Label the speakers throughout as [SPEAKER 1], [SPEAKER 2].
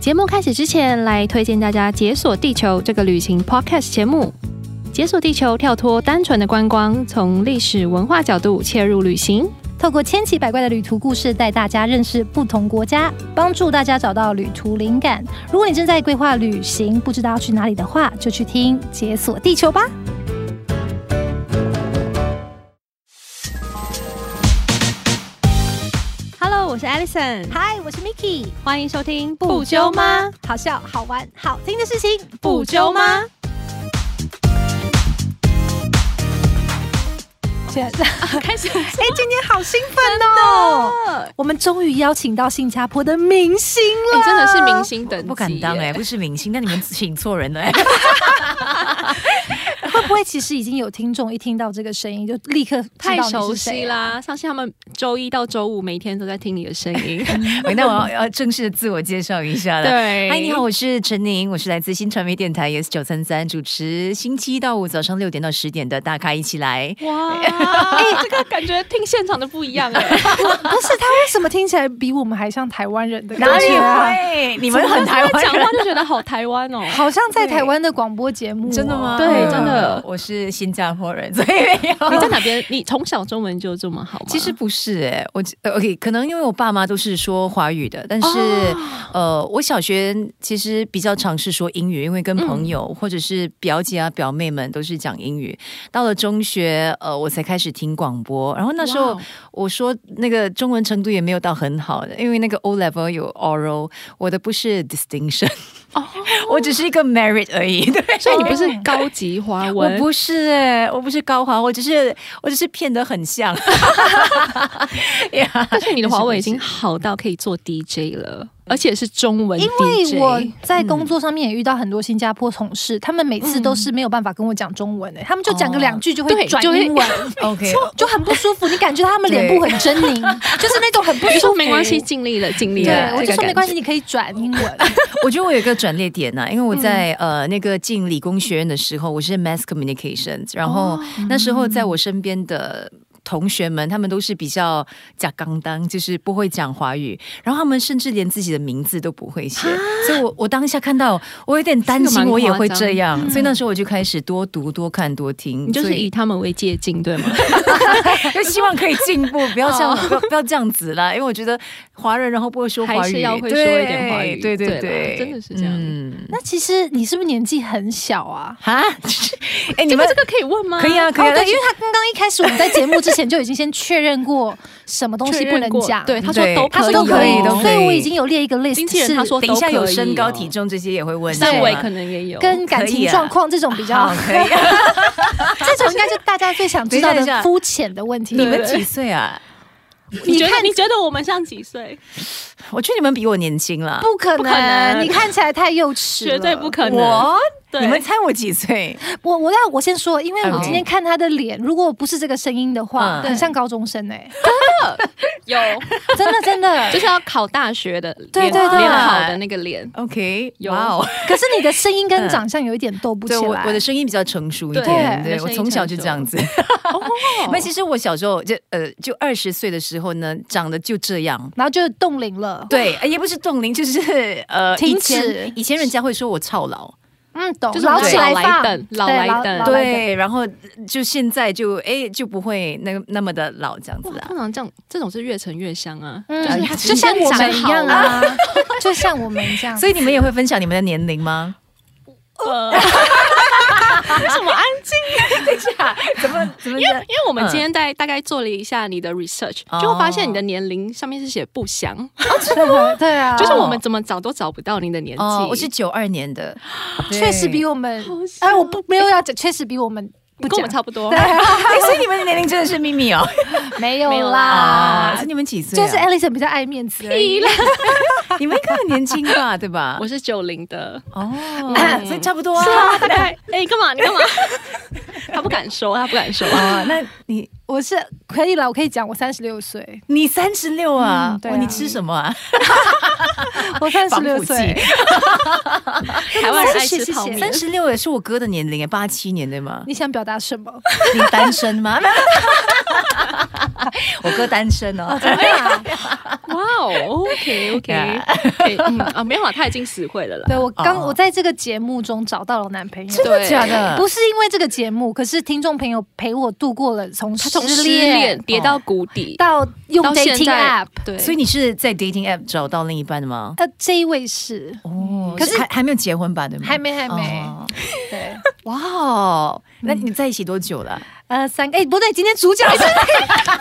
[SPEAKER 1] 节目开始之前，来推荐大家解锁《地球》这个旅行 Podcast 节目。解锁地球，跳脱单纯的观光，从历史文化角度切入旅行。
[SPEAKER 2] 透过千奇百怪的旅途故事，带大家认识不同国家，帮助大家找到旅途灵感。如果你正在规划旅行，不知道要去哪里的话，就去听《解锁地球》吧。
[SPEAKER 1] Hello，我是 Alison，
[SPEAKER 2] 嗨，我是 Miki，
[SPEAKER 1] 欢迎收听？？
[SPEAKER 2] 好笑、好玩、好听的事情，？？哎、
[SPEAKER 1] 开始。啊
[SPEAKER 2] 今天好兴奋哦！我们终于邀请到新加坡的明星了，
[SPEAKER 1] 你哎真的是明星等级耶，
[SPEAKER 3] 不敢当哎、不是明星，那 你们请错人了、 哎
[SPEAKER 2] 会不会其实已经有听众一听到这个声音就立刻知道
[SPEAKER 1] 太
[SPEAKER 2] 你是
[SPEAKER 1] 熟
[SPEAKER 2] 谁
[SPEAKER 1] 悉
[SPEAKER 2] 了？
[SPEAKER 1] 啦！相信他们周一到周五每天都在听你的声 音。
[SPEAKER 3] 喂那我要要正式的自我介绍一下了。
[SPEAKER 1] 对，
[SPEAKER 3] 嗨，你好，，我是陈宁，我是来自新传媒电台 ES 九三三，主持星期一到五早上六点到十点的大咖一起来。
[SPEAKER 1] 哇，哎这个感觉听现场的不一样哎、
[SPEAKER 2] 不是他为什么听起来比我们还像台湾人的感觉啊？
[SPEAKER 3] 会？ 你 们很台
[SPEAKER 1] 他
[SPEAKER 3] 湾
[SPEAKER 1] 讲
[SPEAKER 3] 人
[SPEAKER 1] 话。就觉得好台湾哦。
[SPEAKER 2] 好像在台湾的广播节目哦、
[SPEAKER 3] 真的吗？
[SPEAKER 1] 对
[SPEAKER 3] 嗯
[SPEAKER 1] 真的
[SPEAKER 3] 我是新加坡人，所以没 有。
[SPEAKER 1] 你在哪边？你从小中文就这么好吗？
[SPEAKER 3] 其实不是哎、我呃 OK，可能因为我爸妈都是说华语的，但是、
[SPEAKER 1] 哦
[SPEAKER 3] 呃，我小学其实比较尝试说英语，因为跟朋友、
[SPEAKER 1] 嗯
[SPEAKER 3] 或者是表姐啊表妹们都是讲英语。到了中学，呃，我才开始听广播，然后那时
[SPEAKER 1] 哇
[SPEAKER 3] 候
[SPEAKER 1] 哦
[SPEAKER 3] 我说那个中文程度也没有到很好的，因为那个 O level 有 oral，我的不是 distinction，
[SPEAKER 1] 哦，
[SPEAKER 3] 我只是一个 merit 而已。对，
[SPEAKER 1] 所以你不是高级华
[SPEAKER 3] 我
[SPEAKER 1] 文，
[SPEAKER 3] 不是哎、我不是高华，我只是我只是骗得很像。 呀
[SPEAKER 1] 但是你的华文已经
[SPEAKER 3] 不是
[SPEAKER 1] 好到可以做 DJ 了，而且是中文 DJ。
[SPEAKER 2] 因为
[SPEAKER 1] 嗯
[SPEAKER 2] 我在工作上面也遇到很多新加坡同事，他们每次都是没有办法跟我讲中文的、他们就讲个两句就
[SPEAKER 1] 哦
[SPEAKER 2] 会
[SPEAKER 1] 对
[SPEAKER 2] 转
[SPEAKER 1] 就会
[SPEAKER 2] 英文，
[SPEAKER 3] OK，
[SPEAKER 2] 就很不舒服。你感觉到他们脸部很狰狞， 就是那种很不
[SPEAKER 1] 我
[SPEAKER 2] 舒
[SPEAKER 1] 说
[SPEAKER 2] 服。
[SPEAKER 1] 没关系，。尽力了，尽力
[SPEAKER 2] 对
[SPEAKER 1] 了。，
[SPEAKER 2] 我
[SPEAKER 1] 这
[SPEAKER 2] 就
[SPEAKER 1] 个
[SPEAKER 2] 说没
[SPEAKER 1] 感
[SPEAKER 2] 关
[SPEAKER 1] 觉
[SPEAKER 2] 系，。你可以转英文。
[SPEAKER 3] 我觉得我有一个转捩点呐、啊因为我在、
[SPEAKER 1] 嗯
[SPEAKER 3] 呃那个进理工学院的时候，我是 mass communications，然
[SPEAKER 1] 哦
[SPEAKER 3] 后那时候在我身边的。同学们，他们都是比较假刚当，就是不会讲华语，然后他们甚至连自己的名字都不会写，所以我我当下看到，我有点担
[SPEAKER 1] 啊这个
[SPEAKER 3] 心
[SPEAKER 1] 蛮
[SPEAKER 3] 我也会
[SPEAKER 1] 夸张
[SPEAKER 3] 这样，所以那时候我就开始多读、多看、多听，
[SPEAKER 1] 你就
[SPEAKER 3] 所
[SPEAKER 1] 是
[SPEAKER 3] 以
[SPEAKER 1] 以他们为借镜，对吗？
[SPEAKER 3] 就希望可以进步，不要这样，不要不要这样子啦。因为我觉得华人然后不会说华语，
[SPEAKER 1] 哦还是要会说
[SPEAKER 3] 对
[SPEAKER 1] 一点华语
[SPEAKER 3] 对对
[SPEAKER 1] 对啦
[SPEAKER 3] 对，
[SPEAKER 1] 真的是这样
[SPEAKER 3] 嗯
[SPEAKER 2] 那其实你是不是年纪很小啊？
[SPEAKER 3] 哈， 哎，你
[SPEAKER 1] 这
[SPEAKER 3] 们
[SPEAKER 1] 个这个可以问吗？
[SPEAKER 3] 可以啊，可以
[SPEAKER 2] 哦
[SPEAKER 3] 啊，
[SPEAKER 2] 对，
[SPEAKER 3] 但是
[SPEAKER 2] 因为他刚刚一开始我们在节目之前就已经先确认过什么东
[SPEAKER 1] 确
[SPEAKER 2] 西
[SPEAKER 1] 认
[SPEAKER 2] 不能
[SPEAKER 1] 过
[SPEAKER 2] 讲，
[SPEAKER 1] 对，他说
[SPEAKER 3] 对
[SPEAKER 1] 都
[SPEAKER 2] 他说
[SPEAKER 1] 哦
[SPEAKER 2] 都可以
[SPEAKER 3] 都可以
[SPEAKER 2] 所以我已经有列一个 list，
[SPEAKER 1] 经纪人他
[SPEAKER 2] 是
[SPEAKER 1] 说
[SPEAKER 3] 等一下有身高、体
[SPEAKER 1] 重，
[SPEAKER 3] 重这些也会问，
[SPEAKER 1] 三围
[SPEAKER 3] 是吗
[SPEAKER 1] 可能也有。
[SPEAKER 2] 跟感
[SPEAKER 3] 可以
[SPEAKER 2] 情
[SPEAKER 3] 啊
[SPEAKER 2] 状况这种比较
[SPEAKER 3] 好，可以啊。
[SPEAKER 2] 这种应该就大家最想知道
[SPEAKER 3] 等
[SPEAKER 2] 的
[SPEAKER 3] 一下等一下
[SPEAKER 2] 肤浅的问题。
[SPEAKER 3] 你们几岁啊？
[SPEAKER 1] 你
[SPEAKER 2] 你
[SPEAKER 1] 觉得
[SPEAKER 2] 看
[SPEAKER 1] 你觉得我们像几岁？
[SPEAKER 3] 我觉得你们比我年轻啦。
[SPEAKER 2] 不可
[SPEAKER 1] 不可能
[SPEAKER 2] 能，你看起来太幼稚了，
[SPEAKER 1] 绝对不可能。
[SPEAKER 3] 我，
[SPEAKER 1] 对
[SPEAKER 3] 你们猜我几岁？
[SPEAKER 2] 我我要我先说，因为我
[SPEAKER 3] Okay
[SPEAKER 2] 今天看他的脸，如果不是这个声音的话，
[SPEAKER 3] 嗯
[SPEAKER 2] 很像高中生哎，
[SPEAKER 1] 有，
[SPEAKER 2] 真的真的
[SPEAKER 1] 就。是要考大学的，
[SPEAKER 2] 对对对
[SPEAKER 1] 脸好的那个脸。
[SPEAKER 3] OK，
[SPEAKER 1] 有
[SPEAKER 3] 哇哦，
[SPEAKER 2] 可是你的声音跟长相有一点斗不起
[SPEAKER 3] 对嗯我
[SPEAKER 2] 来。
[SPEAKER 3] 我的声音比较成熟一
[SPEAKER 1] 对
[SPEAKER 3] 点，
[SPEAKER 1] 你的
[SPEAKER 3] 对
[SPEAKER 1] 声
[SPEAKER 3] 我
[SPEAKER 1] 音
[SPEAKER 3] 从小
[SPEAKER 1] 成
[SPEAKER 3] 就
[SPEAKER 1] 熟
[SPEAKER 3] 这样子。
[SPEAKER 1] 哦
[SPEAKER 3] 那其实我小时候就呃就二十岁的时候呢，长得就这样，
[SPEAKER 2] 然后就冻龄了。
[SPEAKER 3] 对，呃也不是冻龄，就是呃，
[SPEAKER 2] 停
[SPEAKER 3] 以前
[SPEAKER 2] 止
[SPEAKER 3] 以前人家会说我操劳，
[SPEAKER 2] 嗯，懂。
[SPEAKER 1] 就是
[SPEAKER 2] 老
[SPEAKER 1] 对
[SPEAKER 2] 起来
[SPEAKER 1] 老来
[SPEAKER 2] 放，
[SPEAKER 1] 等老
[SPEAKER 2] 对
[SPEAKER 1] 来
[SPEAKER 2] 老
[SPEAKER 1] 等
[SPEAKER 2] 老来
[SPEAKER 3] 对，然后就现在就哎就不会那那么的老这样子
[SPEAKER 1] 哇
[SPEAKER 3] 啦。
[SPEAKER 1] 通常这样，这种是越沉越香啊，
[SPEAKER 2] 嗯
[SPEAKER 1] 就是
[SPEAKER 2] 就像我们一样
[SPEAKER 1] 啊。
[SPEAKER 2] 啊， 就像我们这 样。
[SPEAKER 3] 所以你们也会分享你们的年龄 吗？
[SPEAKER 1] 呃为什么安静？
[SPEAKER 3] 怎么怎么
[SPEAKER 1] 因为因为我们
[SPEAKER 3] 嗯
[SPEAKER 1] 今天在大概做了一下你的 research，
[SPEAKER 3] 哦
[SPEAKER 1] 就会发现你的年龄上面是写不详，
[SPEAKER 2] 对对啊，
[SPEAKER 1] 就是我们怎么找都找不到您的年纪。
[SPEAKER 3] 哦，我是九二年的，
[SPEAKER 2] 啊确实比
[SPEAKER 3] 我。
[SPEAKER 2] 我们
[SPEAKER 1] 好，
[SPEAKER 2] 哎，我不没有要讲，确实比我们不
[SPEAKER 1] 跟我
[SPEAKER 2] 讲
[SPEAKER 1] 们。差不多
[SPEAKER 2] 对，
[SPEAKER 3] 哎所以你们的年龄真的是秘 密哦。
[SPEAKER 2] 没有
[SPEAKER 1] 没有
[SPEAKER 3] 啊，
[SPEAKER 2] 啦
[SPEAKER 3] 所以，你们几岁
[SPEAKER 2] 就
[SPEAKER 3] 啊？
[SPEAKER 2] 是 Alison 比较爱面子而已。
[SPEAKER 1] 一了，
[SPEAKER 3] 你们应该很年轻吧，对吧
[SPEAKER 1] 我？是九零的，
[SPEAKER 3] 哦
[SPEAKER 1] 嗯，
[SPEAKER 3] 所以差不多啊。
[SPEAKER 1] 啊，大概哎，干嘛？你干嘛？ 他不敢说，他不敢说。
[SPEAKER 3] 哦，那你
[SPEAKER 2] 我是可以了，我可以讲，我三十 六岁，
[SPEAKER 3] 你三十六啊
[SPEAKER 2] 嗯？对啊
[SPEAKER 3] 哇，你吃什么啊？
[SPEAKER 2] 我三十
[SPEAKER 3] 防
[SPEAKER 2] 六
[SPEAKER 3] 腐
[SPEAKER 2] 岁
[SPEAKER 3] 剂。。
[SPEAKER 1] 台湾人爱吃泡
[SPEAKER 2] 谢
[SPEAKER 1] 面
[SPEAKER 2] 谢
[SPEAKER 3] 三，十六也是我哥的年龄哎，八七年对吗？
[SPEAKER 2] 你想表达什么？
[SPEAKER 3] 你单身吗？我哥单身哦。
[SPEAKER 1] 哇哦，OK OK，嗯啊，没有啦，他已经死会了啦。
[SPEAKER 2] 对我刚
[SPEAKER 3] 哦
[SPEAKER 2] 我在这个节目中找到了男朋友，
[SPEAKER 1] 真的假的
[SPEAKER 2] 不是因为这个节目，可是听众朋友陪我度过了从
[SPEAKER 1] 他从
[SPEAKER 2] 失
[SPEAKER 1] 失
[SPEAKER 2] 恋
[SPEAKER 1] 恋跌到谷底，
[SPEAKER 2] 到用
[SPEAKER 1] 到现
[SPEAKER 2] dating
[SPEAKER 1] 在
[SPEAKER 2] app，
[SPEAKER 1] 对，
[SPEAKER 3] 所以你是在 dating app 找到另一半的吗？
[SPEAKER 2] 呃，这一位是
[SPEAKER 3] 哦，
[SPEAKER 2] 可是
[SPEAKER 3] 还还没有结婚吧？对吗？
[SPEAKER 2] 还没还没，
[SPEAKER 3] 哦
[SPEAKER 2] 对，
[SPEAKER 3] 哇哦，那你在一起多久了？
[SPEAKER 2] 呃，三个，哎，不对，今天主角 是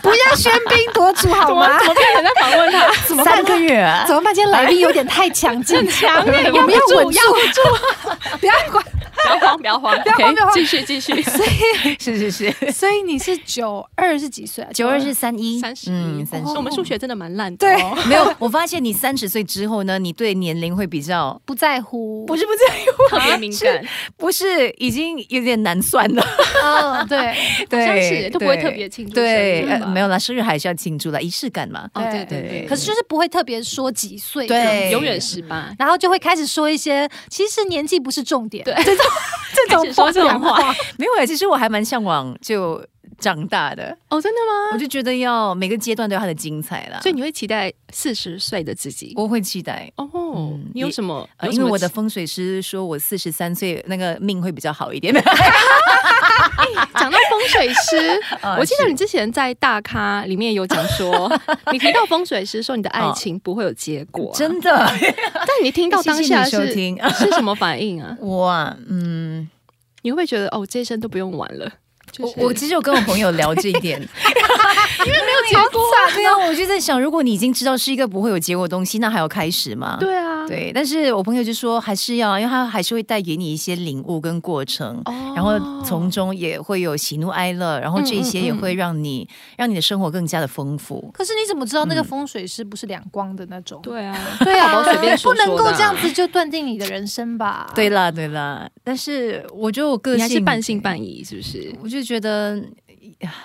[SPEAKER 2] 不要喧宾夺主好
[SPEAKER 1] 怎么
[SPEAKER 2] 吗？
[SPEAKER 1] 怎么变成在访问他？
[SPEAKER 2] 怎么办
[SPEAKER 3] 三个月啊。
[SPEAKER 2] 怎么办？今天来宾有点太强劲，很强
[SPEAKER 1] 哎
[SPEAKER 2] 我们
[SPEAKER 1] 压不住
[SPEAKER 2] 要稳住
[SPEAKER 1] 压，
[SPEAKER 2] 不要管。
[SPEAKER 1] 不要慌，不要慌，不
[SPEAKER 2] 要慌不要慌
[SPEAKER 1] 继续继续。
[SPEAKER 3] 是是是，
[SPEAKER 2] 所以你是九二是几岁啊？
[SPEAKER 3] 九二是三一，嗯
[SPEAKER 1] 三十一，
[SPEAKER 3] 三
[SPEAKER 1] 哦
[SPEAKER 3] 十
[SPEAKER 1] 我。们数学真的蛮烂的。哦
[SPEAKER 2] 对，
[SPEAKER 3] 没有，我发现你三十岁之后呢，你对年龄会比较
[SPEAKER 2] 不在乎，
[SPEAKER 3] 不是不 是
[SPEAKER 1] 特别敏感，
[SPEAKER 3] 不是已经有点难算了，
[SPEAKER 2] 嗯，对，
[SPEAKER 1] 好像是
[SPEAKER 3] 对，
[SPEAKER 1] 都不会
[SPEAKER 3] 对
[SPEAKER 1] 特别庆祝
[SPEAKER 3] 对，
[SPEAKER 1] 生日吧
[SPEAKER 3] 呃没有啦，生日还是要庆祝啦，仪式感嘛。
[SPEAKER 1] 哦，对对
[SPEAKER 3] 对
[SPEAKER 1] 对，
[SPEAKER 2] 可是就是不会特别说几岁，
[SPEAKER 3] 对
[SPEAKER 1] 永远十八。
[SPEAKER 2] 然后就会开始说一些其实年纪不是重点，
[SPEAKER 1] 对
[SPEAKER 2] 这种这
[SPEAKER 1] 开
[SPEAKER 2] 种
[SPEAKER 1] 始说这种
[SPEAKER 2] 风凉
[SPEAKER 1] 话，
[SPEAKER 3] 没有欸，其实我还蛮向往就长大的，
[SPEAKER 1] 哦，真的吗？
[SPEAKER 3] 我就觉得要每个阶段都有它的精彩啦。
[SPEAKER 1] 所以你会期待四十岁的自己？
[SPEAKER 3] 我会期待。
[SPEAKER 1] 哦
[SPEAKER 3] 嗯，
[SPEAKER 1] 你有什么？
[SPEAKER 3] 呃
[SPEAKER 1] 有什
[SPEAKER 3] 因
[SPEAKER 1] 么
[SPEAKER 3] 为我的
[SPEAKER 1] 期
[SPEAKER 3] 风水师说我四十三岁那个命会比较好 一点，
[SPEAKER 1] 讲到风水 师
[SPEAKER 3] 啊，
[SPEAKER 1] 我记得
[SPEAKER 3] 是
[SPEAKER 1] 你之前在大咖里面有讲 说，你提到风水师说你的爱情不会有结果啊，
[SPEAKER 3] 哦真 的。
[SPEAKER 1] 但你听到当下
[SPEAKER 3] 谢谢你
[SPEAKER 1] 是
[SPEAKER 3] 收听
[SPEAKER 1] 是什么反应啊？
[SPEAKER 3] 我啊，嗯，
[SPEAKER 1] 你会不会觉得哦，这一生都不用玩了？
[SPEAKER 3] 我我其实有跟我朋友聊这一 点，
[SPEAKER 1] 没有结果，
[SPEAKER 3] 啊对啊，我就在想，如果你已经知道是一个不会有结果的东西，那还要开始吗？
[SPEAKER 1] 对啊，
[SPEAKER 3] 对，但是我朋友就说还是要啊，因为他还是会带给你一些领悟跟过程。
[SPEAKER 1] 哦
[SPEAKER 3] 然后从中也会有喜怒哀乐，然后这一些也会让你、让你的生活更加的丰富。
[SPEAKER 2] 可是你怎么知道那个风水师不是两光的那种？
[SPEAKER 1] 对 啊，
[SPEAKER 2] 对啊，
[SPEAKER 1] 宝宝随便说
[SPEAKER 2] 不能
[SPEAKER 1] 说的
[SPEAKER 2] 够
[SPEAKER 1] 啊
[SPEAKER 2] 这样子就断定你的人生吧？
[SPEAKER 3] 对啦，对啦，但是我觉得我个
[SPEAKER 1] 你
[SPEAKER 3] 性
[SPEAKER 1] 还是半信，半疑，是不是？
[SPEAKER 3] 我就觉得，哎呀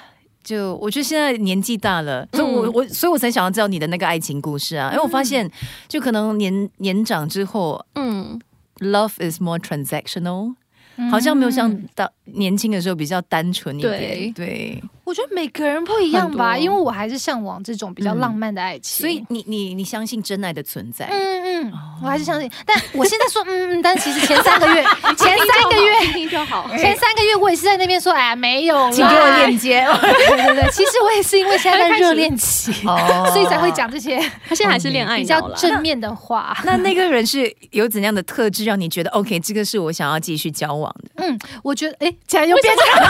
[SPEAKER 3] 就我觉得现在年纪大了，所以我
[SPEAKER 1] 嗯
[SPEAKER 3] 我所以我才想要知道你的那个爱情故事啊，因为我发现，就可能年年长之后
[SPEAKER 1] 嗯，
[SPEAKER 3] ，love is more transactional，
[SPEAKER 2] 嗯，
[SPEAKER 3] 好像没有像当年轻的时候比较单纯一
[SPEAKER 1] 对
[SPEAKER 3] 点，对。
[SPEAKER 2] 我觉得每个人不一样吧，
[SPEAKER 1] 很多嗯
[SPEAKER 2] 因为我还是向往这种比较浪漫的爱情，
[SPEAKER 3] 所以。你你你相信真爱的存在？
[SPEAKER 2] 嗯嗯，
[SPEAKER 1] 哦
[SPEAKER 2] 我还是相信，但我现在说嗯嗯，但其实前三个 月，前三个月，
[SPEAKER 1] 听听就好。
[SPEAKER 2] 前三个月我也是在那边说，哎，没有 啦，
[SPEAKER 3] 请给我 链接
[SPEAKER 2] 对对对，其实我也是因为现在在热恋期，
[SPEAKER 3] 哦
[SPEAKER 2] 所以才会。讲这些
[SPEAKER 1] 他现在还是恋爱
[SPEAKER 2] 比
[SPEAKER 1] 脑
[SPEAKER 2] 较
[SPEAKER 1] 啦
[SPEAKER 2] 正面的话。
[SPEAKER 3] 那那个人是有怎样的特质让你觉得 OK？这个是我想要继续交往的？
[SPEAKER 2] 嗯，我觉得，哎，竟然又变成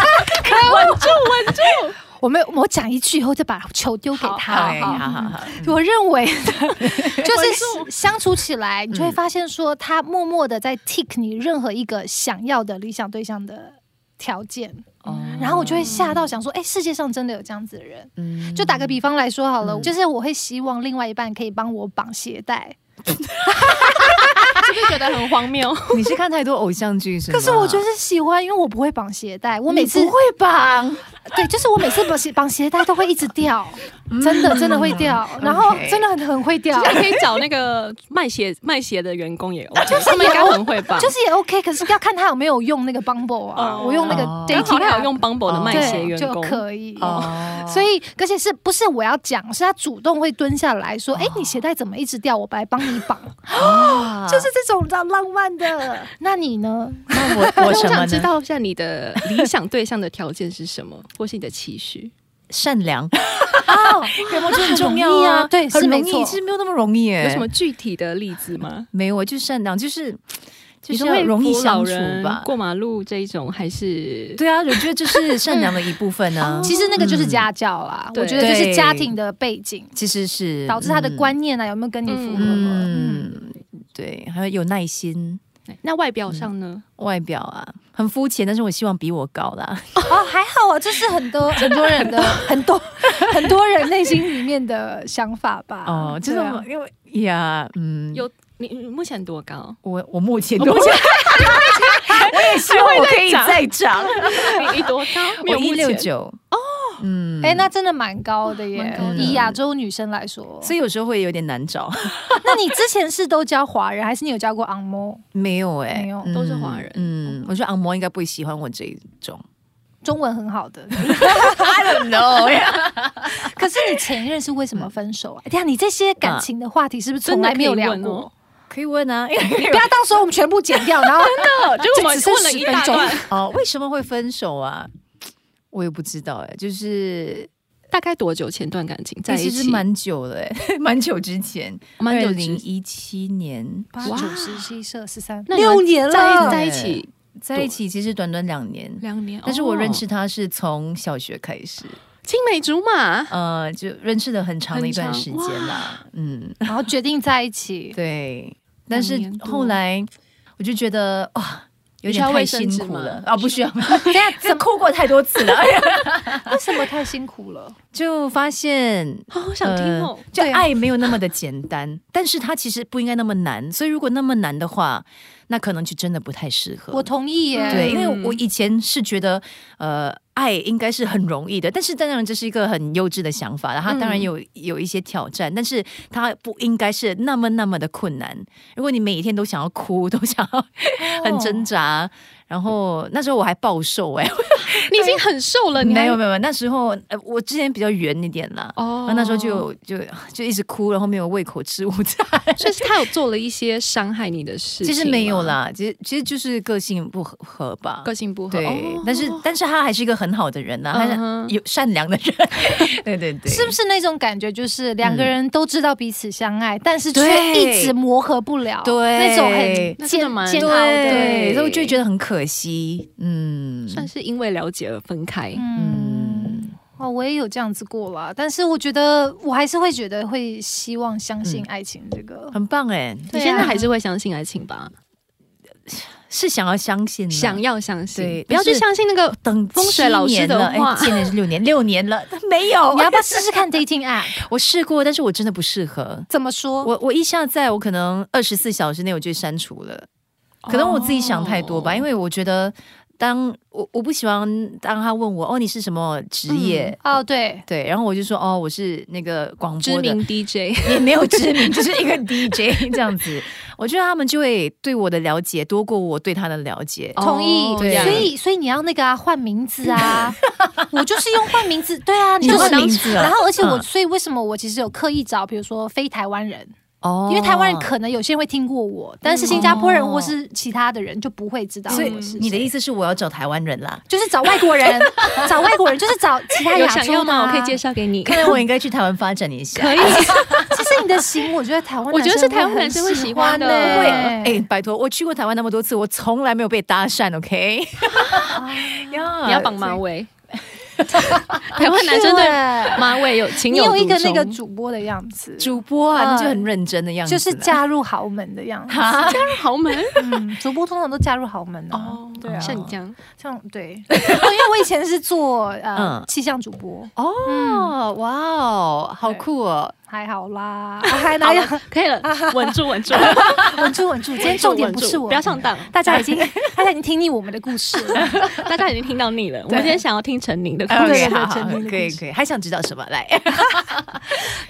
[SPEAKER 2] 稳住，稳住。我们我讲一句以后再把球丢给他。
[SPEAKER 3] 哎好好好，
[SPEAKER 2] 我认为的就是相处起来，你就会发现说，他默默的在 tick 你任何一个想要的理想对象的条件，
[SPEAKER 3] 哦，
[SPEAKER 2] 然后我就会吓到想说，哎，世界上真的有这样子的人。
[SPEAKER 3] 嗯
[SPEAKER 2] 就打个比方来说好了，就是我会希望另外一半可以帮我绑鞋带，
[SPEAKER 3] 嗯
[SPEAKER 1] 是不是觉得很荒 谬？
[SPEAKER 3] 你是看太多偶像剧是吗？
[SPEAKER 2] 可是我就是喜欢，因为我不会绑鞋带，我每次
[SPEAKER 3] 你不会绑，
[SPEAKER 2] 对，就是我每次绑鞋绑鞋带都会一直掉，真的真的会掉，然后
[SPEAKER 3] OK
[SPEAKER 2] 真的很很会掉。
[SPEAKER 1] 你可以找那个卖鞋卖鞋的员工也 OK，
[SPEAKER 2] 就是
[SPEAKER 1] 他们应该
[SPEAKER 2] 有
[SPEAKER 1] 很会吧？
[SPEAKER 2] 就是也 OK，可是要看他有没有用那个 Bumble 啊，
[SPEAKER 1] 哦
[SPEAKER 2] 我用那个
[SPEAKER 3] 哦
[SPEAKER 2] d
[SPEAKER 1] 刚
[SPEAKER 2] a
[SPEAKER 1] 好
[SPEAKER 2] t
[SPEAKER 1] 他哦有用 Bumble 的卖鞋
[SPEAKER 2] 对
[SPEAKER 1] 员
[SPEAKER 2] 就
[SPEAKER 1] 工，
[SPEAKER 2] 可以。
[SPEAKER 3] 哦
[SPEAKER 2] 所以，而且是不是我要讲？是他主动会蹲下来说：“哎、你鞋带怎么一直掉？我来帮你绑。
[SPEAKER 3] 哦
[SPEAKER 2] 就是这种你知道浪漫的。那你呢？
[SPEAKER 3] 那我
[SPEAKER 1] 我
[SPEAKER 3] 我什么
[SPEAKER 1] 想
[SPEAKER 3] 呢
[SPEAKER 1] 知道一下你的理想对象的条件是什么，或是你的期许。
[SPEAKER 3] 善良，
[SPEAKER 2] 哦，
[SPEAKER 3] 有没有这很重
[SPEAKER 2] 很容
[SPEAKER 3] 要
[SPEAKER 2] 易啊对
[SPEAKER 3] 很
[SPEAKER 2] 是没
[SPEAKER 3] 容易，
[SPEAKER 2] 错
[SPEAKER 3] 其实没有那么容易耶。
[SPEAKER 1] 有什么具体的例子吗？
[SPEAKER 3] 没有，我就善良，就是就
[SPEAKER 1] 你
[SPEAKER 3] 是
[SPEAKER 1] 是
[SPEAKER 3] 要
[SPEAKER 1] 会
[SPEAKER 3] 容易
[SPEAKER 1] 扶老
[SPEAKER 3] 相处
[SPEAKER 1] 人
[SPEAKER 3] 吧。
[SPEAKER 1] 过马路这一种，还是
[SPEAKER 3] 对啊，我觉得这是善良的一部分 啊。
[SPEAKER 2] 其实那个就是家教啦，
[SPEAKER 1] 对
[SPEAKER 2] 我觉得就是家庭的背景
[SPEAKER 3] 其实是
[SPEAKER 2] 导致他的观念啊有没有跟你符合？嗯，
[SPEAKER 3] 嗯，嗯对，还有有耐心。
[SPEAKER 1] 那外表上呢？
[SPEAKER 3] 外表啊，很肤浅，但是我希望比我高啦。
[SPEAKER 2] 哦，还好啊，这是 很多很多人的很多很多人内心里面的想法吧。
[SPEAKER 3] 哦，就是
[SPEAKER 2] 对啊
[SPEAKER 3] 我因为呀，嗯，？
[SPEAKER 1] 有你你目前多 高
[SPEAKER 3] 我我哦目前都 我也希望我可以再长，
[SPEAKER 1] 你你多高？没有
[SPEAKER 3] 我一
[SPEAKER 1] 目前
[SPEAKER 3] 六，九哦，嗯
[SPEAKER 2] 哎，那真的蛮高的耶
[SPEAKER 1] 蛮高，的
[SPEAKER 2] 以亚洲女生来说。
[SPEAKER 3] 所以有时候会有点难找。
[SPEAKER 2] 那你之前是都教华人，还是你有教过昂摩
[SPEAKER 3] 没有哎
[SPEAKER 2] 没有，
[SPEAKER 3] 嗯
[SPEAKER 1] 都是华人
[SPEAKER 3] 嗯，我觉得昂摩应该不会喜 欢我这一种。
[SPEAKER 2] 中文很好的？
[SPEAKER 3] I don't know。
[SPEAKER 2] 可是你前一任是为什么分手啊？对啊，你这些感情的话题是不是从来没有聊
[SPEAKER 1] 嗯真的可以问
[SPEAKER 2] 过
[SPEAKER 1] 哦？
[SPEAKER 3] 可以问啊， 因为
[SPEAKER 2] 你不要到时候我们全部剪掉，然后
[SPEAKER 1] 就啊我们
[SPEAKER 2] 就只剩
[SPEAKER 1] 问了一大
[SPEAKER 2] 10分钟
[SPEAKER 1] 段，
[SPEAKER 3] 哦，为什么会分手啊？我也不知道哎、就是
[SPEAKER 1] 大概多久前段感情在
[SPEAKER 3] 其
[SPEAKER 1] 一
[SPEAKER 3] 实
[SPEAKER 1] 起？
[SPEAKER 3] 蛮久了、 欸，蛮久之前，
[SPEAKER 1] 蛮久
[SPEAKER 3] 二
[SPEAKER 1] 之
[SPEAKER 3] 零一七年
[SPEAKER 2] 八
[SPEAKER 1] 哇
[SPEAKER 2] 九十十一十二十三
[SPEAKER 1] 那你们
[SPEAKER 2] 六年
[SPEAKER 1] 在
[SPEAKER 2] 了，
[SPEAKER 1] 在一起
[SPEAKER 3] 在一起，其实短短两年。
[SPEAKER 1] 两年，
[SPEAKER 3] 但是我
[SPEAKER 1] 哦
[SPEAKER 3] 认识他是从小学开始，
[SPEAKER 1] 青梅竹马，
[SPEAKER 3] 呃，就认识了很长的一段
[SPEAKER 1] 哦很长
[SPEAKER 3] 时间啦，嗯，
[SPEAKER 2] 然后决定在一 起。
[SPEAKER 3] 对。但是
[SPEAKER 1] 年多
[SPEAKER 3] 后来我就觉得哇，有
[SPEAKER 1] 你需要
[SPEAKER 3] 点太
[SPEAKER 1] 卫生
[SPEAKER 3] 辛
[SPEAKER 1] 纸
[SPEAKER 3] 苦
[SPEAKER 1] 吗
[SPEAKER 3] 了啊，不需要，
[SPEAKER 2] 等一下
[SPEAKER 3] 这哭过太多次了，
[SPEAKER 2] 为什么太辛苦了？
[SPEAKER 3] 就发现
[SPEAKER 1] 好好想听哦
[SPEAKER 3] 呃。就
[SPEAKER 2] 对啊
[SPEAKER 3] 爱没有那么的简单，但是它其实不应该那么难。所以如果那么难的话，那可能就真的不太适合。
[SPEAKER 2] 我同意耶。
[SPEAKER 3] 对，因为
[SPEAKER 1] 嗯
[SPEAKER 3] 我以前是觉得，呃，爱应该是很容易的，但是当然这是一个很幼稚的想法，然后它当
[SPEAKER 1] 嗯
[SPEAKER 3] 然有、有一些挑战，但是它不应该是那么那么的困难。如果你每一天都想要哭， 都想
[SPEAKER 1] 哦
[SPEAKER 3] 要
[SPEAKER 2] 哦
[SPEAKER 3] 很挣扎，然后那时候我还暴瘦哎、
[SPEAKER 1] 你已经很瘦哦了，你还
[SPEAKER 3] 没有没有，那时候呃我之前比较圆一点啦，然
[SPEAKER 1] 哦
[SPEAKER 3] 后那时候就就就一直哭，然后没有胃口吃午餐。
[SPEAKER 1] 所以是他有做了一些伤害你的事
[SPEAKER 3] 其
[SPEAKER 1] 情，
[SPEAKER 3] 实没有，啦，其实其实就是个性不合合吧。
[SPEAKER 1] 个性不合，
[SPEAKER 3] 对，
[SPEAKER 1] 哦
[SPEAKER 3] 但是但是他还是一个很好的人呐、
[SPEAKER 1] 嗯
[SPEAKER 3] 他
[SPEAKER 1] 哼
[SPEAKER 3] 是有善良的 人。对对对，
[SPEAKER 2] 是不
[SPEAKER 3] 是？
[SPEAKER 2] 是那种感觉，就是两个
[SPEAKER 3] 嗯
[SPEAKER 2] 人都知道彼此相爱，但是却
[SPEAKER 3] 对
[SPEAKER 2] 一直磨合不了，
[SPEAKER 3] 对
[SPEAKER 2] 那种很
[SPEAKER 1] 那真的
[SPEAKER 2] 煎
[SPEAKER 1] 蛮
[SPEAKER 2] 煎熬
[SPEAKER 3] 对，
[SPEAKER 2] 的。
[SPEAKER 3] 所以我就觉得很可惜。嗯，
[SPEAKER 1] 算是因为了解而分开。
[SPEAKER 2] 嗯，哦，我也有这样子过啦，但是我觉得我还是会觉得会希望相信爱情这个。
[SPEAKER 3] 很棒哎，
[SPEAKER 1] 你
[SPEAKER 2] 对啊
[SPEAKER 1] 现在还是会相信爱情吧？
[SPEAKER 3] 嗯是想要相信啦，
[SPEAKER 1] 想要相信
[SPEAKER 3] 对，
[SPEAKER 1] 不要去
[SPEAKER 3] 但是
[SPEAKER 1] 相信那个
[SPEAKER 3] 等
[SPEAKER 1] 风水老师
[SPEAKER 3] 七年
[SPEAKER 1] 的
[SPEAKER 3] 了哎
[SPEAKER 1] 话
[SPEAKER 3] 七年是六年，六年了， 没有
[SPEAKER 2] 你。要不要试试看 dating app？
[SPEAKER 3] 我试过，但是我真的不适合。
[SPEAKER 2] 怎么说？
[SPEAKER 3] 我我一下在我可能二十四小时内我就删除了，可能我自己想太多吧，因
[SPEAKER 1] 为
[SPEAKER 3] 为我觉得当我我不喜欢当他问我哦你是什么职业，
[SPEAKER 2] 哦，对，
[SPEAKER 3] 对，然后我就说哦我是那个广
[SPEAKER 1] 知
[SPEAKER 3] 播的，
[SPEAKER 1] 名 DJ
[SPEAKER 3] 也没有知名，就是一个 DJ 这样子，我觉得他们就会对我的了解多过我对他的了解。
[SPEAKER 1] 哦
[SPEAKER 2] 同意。
[SPEAKER 1] 对
[SPEAKER 2] 所以，所以你要那个啊，换名字啊。我就是用换名字，对啊，你
[SPEAKER 3] 你
[SPEAKER 2] 就是
[SPEAKER 3] 换名字啊
[SPEAKER 2] 然后，而且我，
[SPEAKER 3] 嗯
[SPEAKER 2] 所以为什么我其实有刻意找，比如说非台湾人，
[SPEAKER 3] 哦
[SPEAKER 2] 因为台湾人可能有些人会听过我，但是新加坡人或是其他的人就不会知道
[SPEAKER 3] 所以
[SPEAKER 2] 我是
[SPEAKER 3] 你的
[SPEAKER 2] 谁
[SPEAKER 3] 意思是我要找台湾人啦？
[SPEAKER 2] 就是找外国人，找外国人就是找其他
[SPEAKER 1] 有
[SPEAKER 2] 亚
[SPEAKER 1] 想
[SPEAKER 2] 洲
[SPEAKER 1] 要
[SPEAKER 2] 的
[SPEAKER 1] 吗？
[SPEAKER 2] 啊、
[SPEAKER 1] 我可以 介绍给你。
[SPEAKER 3] 看来我应该去台湾发展一下。
[SPEAKER 2] 可以。其实你的型，我觉得台湾男生
[SPEAKER 1] 我觉得是台湾男生会
[SPEAKER 2] 会
[SPEAKER 1] 喜
[SPEAKER 2] 喜
[SPEAKER 1] 欢的
[SPEAKER 2] 呢
[SPEAKER 3] 会，哎、拜托，我去过台湾那么多次，我从来没有被搭讪，OK？呀
[SPEAKER 1] 你要绑马尾，啊 台湾男生对
[SPEAKER 2] 对
[SPEAKER 1] 马尾有情
[SPEAKER 2] 你有
[SPEAKER 1] 独
[SPEAKER 2] 一个那个
[SPEAKER 1] 钟
[SPEAKER 2] 主播的样子，
[SPEAKER 3] 主播啊，
[SPEAKER 2] 嗯
[SPEAKER 3] 那就很认真的样子
[SPEAKER 2] 就
[SPEAKER 3] 啦，
[SPEAKER 2] 是嫁入豪门的样子。
[SPEAKER 3] 哈。
[SPEAKER 1] 豪门
[SPEAKER 2] 嗯，主播通常都嫁入豪门哦，对啊
[SPEAKER 1] 像你这样，
[SPEAKER 2] 像 对，哦因为我以前是做呃
[SPEAKER 3] 嗯
[SPEAKER 2] 气象主播，
[SPEAKER 3] 哦，哇哦，好酷哦！
[SPEAKER 2] 还好 啦，啊还哪
[SPEAKER 1] 好
[SPEAKER 2] 有
[SPEAKER 1] 了，可以了，稳住，稳住，
[SPEAKER 2] 稳住稳住，今天重点
[SPEAKER 1] 稳
[SPEAKER 2] 不
[SPEAKER 1] 住
[SPEAKER 2] 是我，
[SPEAKER 1] 不要上当。
[SPEAKER 2] 大家已经大家已经听腻我们的故事了。
[SPEAKER 1] 大家已经听到腻了，我们今天想要听陈宁的故
[SPEAKER 2] 对对
[SPEAKER 1] 事
[SPEAKER 2] 对
[SPEAKER 3] OK，。好
[SPEAKER 2] 真的真的
[SPEAKER 3] 可以可以，还想知道什么？来，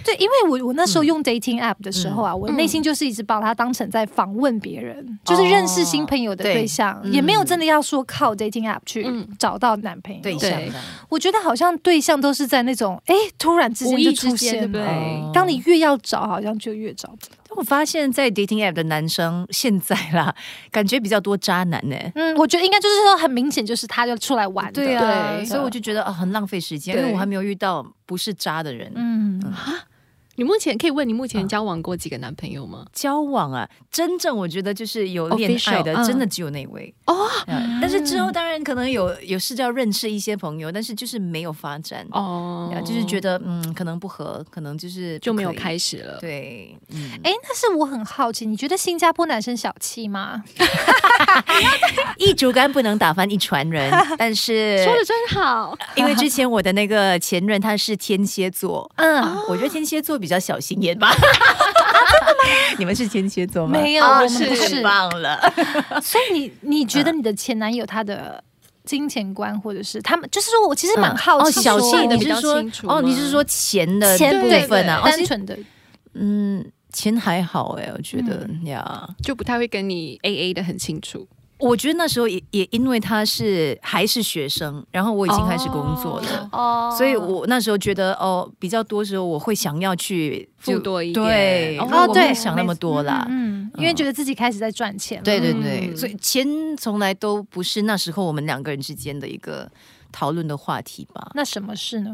[SPEAKER 2] 对，因为我我那时
[SPEAKER 3] 嗯
[SPEAKER 2] 候用 dating app 的时候啊，我内心就是一直把它当成在访问别人，就是认识新朋友的对象，
[SPEAKER 3] 哦对
[SPEAKER 2] 也没有
[SPEAKER 3] 嗯
[SPEAKER 2] 真的要说靠 dating app 去
[SPEAKER 1] 嗯
[SPEAKER 2] 找到男朋友。
[SPEAKER 3] 对
[SPEAKER 1] 对
[SPEAKER 3] 象的，
[SPEAKER 2] 我觉得好像对象都是在那种哎，突然之
[SPEAKER 1] 无
[SPEAKER 2] 间
[SPEAKER 1] 意
[SPEAKER 2] 就
[SPEAKER 1] 之
[SPEAKER 2] 出
[SPEAKER 1] 间，对
[SPEAKER 2] 现
[SPEAKER 1] 不
[SPEAKER 2] 了。
[SPEAKER 1] 对？
[SPEAKER 3] 哦
[SPEAKER 2] 当你越要找，好像就越找不到。
[SPEAKER 3] 但我发现，在 dating app 的男生现在啦， 感觉比较多渣男呢、
[SPEAKER 2] 嗯，我觉得应该就是说很明显，就是他就出来玩的。
[SPEAKER 1] 对
[SPEAKER 3] 啊所以我就觉得啊，很浪费时间，因
[SPEAKER 2] 啊对
[SPEAKER 3] 为我还没有遇到不是渣的人。
[SPEAKER 2] 嗯，
[SPEAKER 1] 你目前可以问你目前交往过几个男朋友吗？
[SPEAKER 3] 交往啊，真正我觉得就是有恋爱的
[SPEAKER 1] Official，嗯
[SPEAKER 3] 真的只有那位
[SPEAKER 1] 哦
[SPEAKER 3] 嗯但是之后当然可能有有试着要认识一些朋友，但是就是没有发展，
[SPEAKER 1] 哦
[SPEAKER 3] 啊就是觉得嗯，可能不合，可能就是
[SPEAKER 1] 就没有
[SPEAKER 3] 不可以
[SPEAKER 1] 开始了。
[SPEAKER 3] 对，嗯，
[SPEAKER 2] 哎，但是我很好奇，你觉得新加坡男生小气吗？
[SPEAKER 3] 一竹竿不能打翻一船 人，但是
[SPEAKER 1] 说的真好，
[SPEAKER 3] 因为之前我的那个前任他是天蝎座，
[SPEAKER 2] 嗯，
[SPEAKER 3] 我觉得天蝎座比较小心眼吧。你们是天蝎座吗？
[SPEAKER 2] 没有，
[SPEAKER 1] 啊
[SPEAKER 2] 我们不
[SPEAKER 1] 是
[SPEAKER 2] 是
[SPEAKER 3] 太。棒了。
[SPEAKER 2] 所以你你觉
[SPEAKER 3] 嗯
[SPEAKER 2] 得你的前男友他的金钱观，或者是他们，就是说我其实蛮好
[SPEAKER 3] 哦，
[SPEAKER 2] 奇
[SPEAKER 3] 小
[SPEAKER 2] 说，
[SPEAKER 3] 气，
[SPEAKER 1] 的
[SPEAKER 3] 你
[SPEAKER 1] 比较
[SPEAKER 3] 是说
[SPEAKER 1] 清楚吗
[SPEAKER 3] 哦，你是说钱的
[SPEAKER 2] 钱
[SPEAKER 3] 部
[SPEAKER 2] 对
[SPEAKER 3] 分啊？哦
[SPEAKER 2] 单
[SPEAKER 3] 其实
[SPEAKER 2] 纯的
[SPEAKER 3] 嗯，钱还好哎，我觉得呀，
[SPEAKER 1] 就不太会跟你 A A 的很清楚。
[SPEAKER 3] 我觉得那时候也也因为他是还是学生，然后我已经开始工作了。
[SPEAKER 2] 哦
[SPEAKER 3] 所以我那时候觉得哦，比较多时候我会想要去
[SPEAKER 1] 付
[SPEAKER 3] 就
[SPEAKER 1] 多一点
[SPEAKER 3] 对，
[SPEAKER 1] 哦
[SPEAKER 3] 我不会
[SPEAKER 2] 对
[SPEAKER 3] 想那么多啦。
[SPEAKER 2] 嗯，嗯因为觉得自己开始在赚钱了，
[SPEAKER 3] 对对
[SPEAKER 1] 嗯
[SPEAKER 3] 对，所以钱从来都不是那时候我们两个人之间的一个讨论的话题吧。
[SPEAKER 2] 那什么事呢？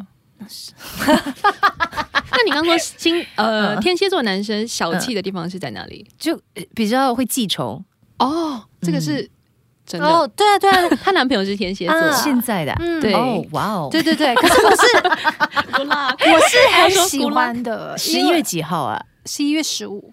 [SPEAKER 1] 那你刚说星呃天蝎座男生小气的地方是在哪里？
[SPEAKER 3] 就呃比较会记仇，
[SPEAKER 1] 哦，这个是真的。
[SPEAKER 2] 哦，对啊，对啊，
[SPEAKER 1] 她男朋友是天蝎座，
[SPEAKER 2] 嗯啊
[SPEAKER 3] 现在的啊
[SPEAKER 2] 嗯
[SPEAKER 1] 对
[SPEAKER 3] 哦，哇哦，
[SPEAKER 2] 对对 对。可是我是 我是很喜欢 的，
[SPEAKER 3] 十一
[SPEAKER 2] 因为
[SPEAKER 3] 月几号啊？
[SPEAKER 2] 十一月十五。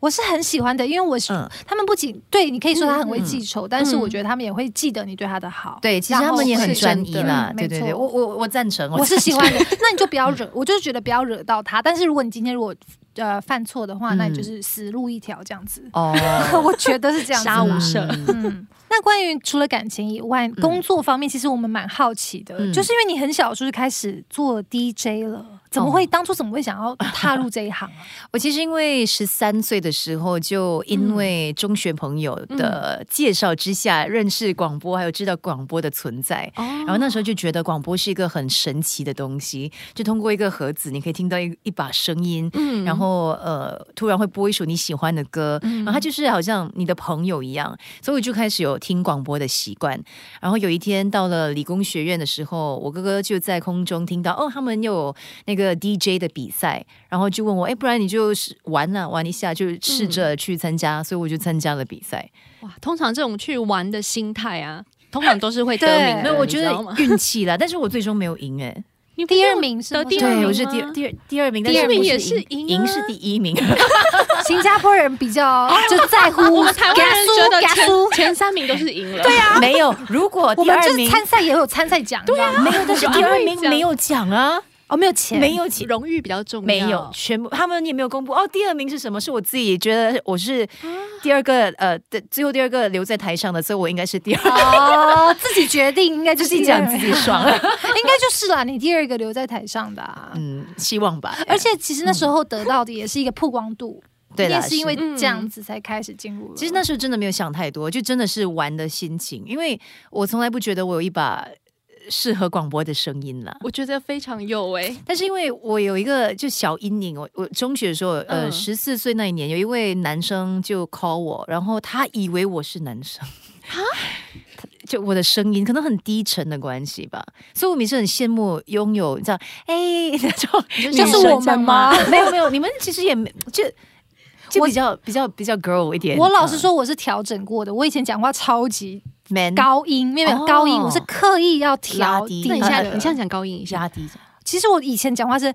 [SPEAKER 2] 我是很喜欢的，因为我、
[SPEAKER 3] 哦嗯
[SPEAKER 2] 他们不仅对你可以说他很会记仇，但是我觉得他们也会记得你对他的好。
[SPEAKER 3] 对，其实
[SPEAKER 2] 然后
[SPEAKER 3] 他们也很
[SPEAKER 2] 是真
[SPEAKER 3] 专
[SPEAKER 2] 的
[SPEAKER 3] 一啦。对对
[SPEAKER 2] 没
[SPEAKER 3] 对，
[SPEAKER 2] 错
[SPEAKER 3] 我我我赞成，
[SPEAKER 2] 我是
[SPEAKER 3] 赞
[SPEAKER 2] 喜
[SPEAKER 3] 成
[SPEAKER 2] 欢 的，那你就不要惹，我就是觉得不要惹到他。但是如果你今天如果呃犯错的话，
[SPEAKER 3] 嗯
[SPEAKER 2] 那你就是死路一条这样子。
[SPEAKER 3] 哦，
[SPEAKER 2] 我觉得是这样子啦
[SPEAKER 1] 杀无赦。
[SPEAKER 2] 嗯， 那关于除了感情以外，工作方面，其实我们蛮好奇的，
[SPEAKER 3] 嗯
[SPEAKER 2] 就是因为你很小的时候就开始做 DJ 了，怎么
[SPEAKER 3] 哦
[SPEAKER 2] 会、当初怎么会想要踏入这一行啊？
[SPEAKER 3] 我其实因为十三岁的时候，就因为中学朋友的介绍之下，认识广播，还有知道广播的存在。
[SPEAKER 1] 哦
[SPEAKER 3] 然后那时候就觉得广播是一个很神奇的东西，就通过一个盒子，你可以听到一一把声音，
[SPEAKER 1] 嗯
[SPEAKER 3] 然后呃，突然会播一首你喜欢的歌，然后它就是好像你的朋友一样，所以我就开始有听广播的习惯。然后有一天到了理工学院的时候，我哥哥就在空中听到哦，他们又有那个 DJ 的比赛，然后就问我，哎，不然你就是玩啊玩一下，就试着去参加，所以我就参加了比赛。
[SPEAKER 1] 哇，通常这种去玩的心态啊，通常都是会得
[SPEAKER 2] 对
[SPEAKER 1] 名的。
[SPEAKER 3] 那我觉
[SPEAKER 1] 呃你知
[SPEAKER 3] 得
[SPEAKER 1] 道吗
[SPEAKER 3] 运气啦，但是我最终没有赢哎、
[SPEAKER 1] 你不是
[SPEAKER 2] 第二名是吗
[SPEAKER 1] 得第二
[SPEAKER 3] 对，
[SPEAKER 1] 名
[SPEAKER 3] 我是
[SPEAKER 1] 吗
[SPEAKER 3] 第二第二第二名，
[SPEAKER 1] 第二
[SPEAKER 3] 但
[SPEAKER 1] 名
[SPEAKER 3] 不
[SPEAKER 1] 也
[SPEAKER 3] 赢
[SPEAKER 1] 是赢啊
[SPEAKER 3] 赢是第一 名。
[SPEAKER 2] 新加坡人比较就在乎
[SPEAKER 1] 哦 我们台湾人
[SPEAKER 2] 给他
[SPEAKER 1] 觉得
[SPEAKER 2] 输给他
[SPEAKER 1] 前
[SPEAKER 2] 输
[SPEAKER 1] 前三名都是赢了。对啊，
[SPEAKER 3] 没有，如果
[SPEAKER 2] 我
[SPEAKER 3] 第
[SPEAKER 2] 们
[SPEAKER 3] 二
[SPEAKER 2] 就是
[SPEAKER 3] 名
[SPEAKER 2] 参赛也有参赛奖，对啊，
[SPEAKER 3] 没有，但是第二名没有奖啊，
[SPEAKER 2] 哦没有钱，
[SPEAKER 3] 没有钱。
[SPEAKER 1] 荣誉比较重要。
[SPEAKER 3] 没有，全部他们也没有公布哦。第二名是什么？是我自己觉得我是
[SPEAKER 2] 啊
[SPEAKER 3] 第二个，呃，对，最后第二个留在台上的，所以我应该 是第二。
[SPEAKER 2] 哦，自己决定应该就
[SPEAKER 3] 自
[SPEAKER 2] 是啊
[SPEAKER 3] 己
[SPEAKER 2] 第二
[SPEAKER 3] 讲 自己爽，
[SPEAKER 2] 应该就是啦，你第二个留在台上的、啊。
[SPEAKER 3] 嗯，希望吧。
[SPEAKER 2] 而且其实那时候得到的也是一个曝光度，
[SPEAKER 3] 对
[SPEAKER 2] 你也
[SPEAKER 3] 啦，
[SPEAKER 2] 是因为
[SPEAKER 1] 是
[SPEAKER 2] 这样子才开始进入了。
[SPEAKER 3] 嗯其实那时候真的没有想太多，就真的是玩的心情，因为我从来不觉得我有一把适合广播的声音啦。
[SPEAKER 1] 我觉得非常有哎、
[SPEAKER 3] 但是因为我有一个就小阴影，我我中学的时候，呃，
[SPEAKER 1] 嗯
[SPEAKER 3] 十四岁那一年，有一位男生就 call 我，然后他以为我是男生， 就我的声音可能很低沉的关系吧，所以我每次很羡慕拥有你知道，哎、 那种
[SPEAKER 2] 就
[SPEAKER 3] 女
[SPEAKER 2] 是
[SPEAKER 3] 生
[SPEAKER 2] 我们吗？
[SPEAKER 3] 没有没有，你们其实也没就就比较比较比较 girl 一点。
[SPEAKER 2] 我老实说，我是调整过的。我以前讲话超级
[SPEAKER 3] 嗯，man
[SPEAKER 2] 高音，没有没有
[SPEAKER 3] 哦
[SPEAKER 2] 高音，我是刻意要调
[SPEAKER 3] 拉低
[SPEAKER 1] 那你现在、
[SPEAKER 2] 的
[SPEAKER 1] 你现在讲高音一下，
[SPEAKER 3] 压低，
[SPEAKER 2] 其实我以前讲话是，哎、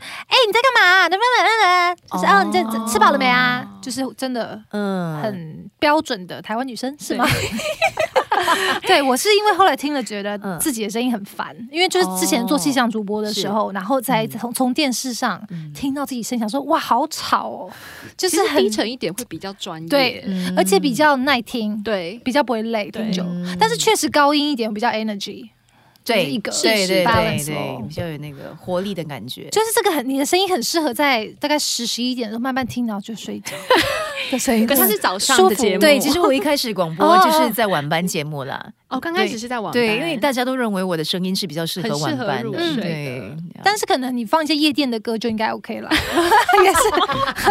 [SPEAKER 2] 你在干嘛？那那那就是哦，你在
[SPEAKER 3] 哦
[SPEAKER 2] 吃饱了没啊？就是真的
[SPEAKER 3] 嗯，
[SPEAKER 2] 很标准的台湾女生是
[SPEAKER 1] 对
[SPEAKER 2] 吗？ 对，我是因为后来听了，觉得
[SPEAKER 3] 嗯哦
[SPEAKER 2] 自己的声音很烦，因为就是之前做气象主播的时候，然后
[SPEAKER 3] 嗯
[SPEAKER 2] 才从从电视上听到自己声音，想说哇，好吵哦，就
[SPEAKER 1] 其
[SPEAKER 2] 是
[SPEAKER 1] 实
[SPEAKER 2] 很
[SPEAKER 1] 低沉一点会比较专业。
[SPEAKER 2] 对
[SPEAKER 3] 嗯
[SPEAKER 2] 而且比较耐听，
[SPEAKER 1] 对，
[SPEAKER 2] 比较不会累，听久
[SPEAKER 3] 嗯。
[SPEAKER 2] 但是确实高音一点比较 energy，
[SPEAKER 3] 对
[SPEAKER 2] 就是一个
[SPEAKER 3] 对对
[SPEAKER 2] balance
[SPEAKER 3] 对对，比较有那个活力的感觉。
[SPEAKER 2] 就是这个很你的声音很适合在大概十十一点的时候慢慢听，然后就睡 觉的声音。
[SPEAKER 1] 可是它是早上的
[SPEAKER 2] 舒服
[SPEAKER 1] 节目
[SPEAKER 3] 对，其实我一开始广播
[SPEAKER 2] 哦
[SPEAKER 3] 就是在晚班节目啦。
[SPEAKER 1] 哦，刚开始是在网
[SPEAKER 3] 对，
[SPEAKER 1] 班
[SPEAKER 3] 因为大家都认为我的声音是比较适合晚
[SPEAKER 1] 很
[SPEAKER 3] 班
[SPEAKER 1] 适合入
[SPEAKER 3] 的，
[SPEAKER 1] 睡的
[SPEAKER 3] 对。
[SPEAKER 2] 但是可能你放一些夜店的歌就应该 OK 了，也是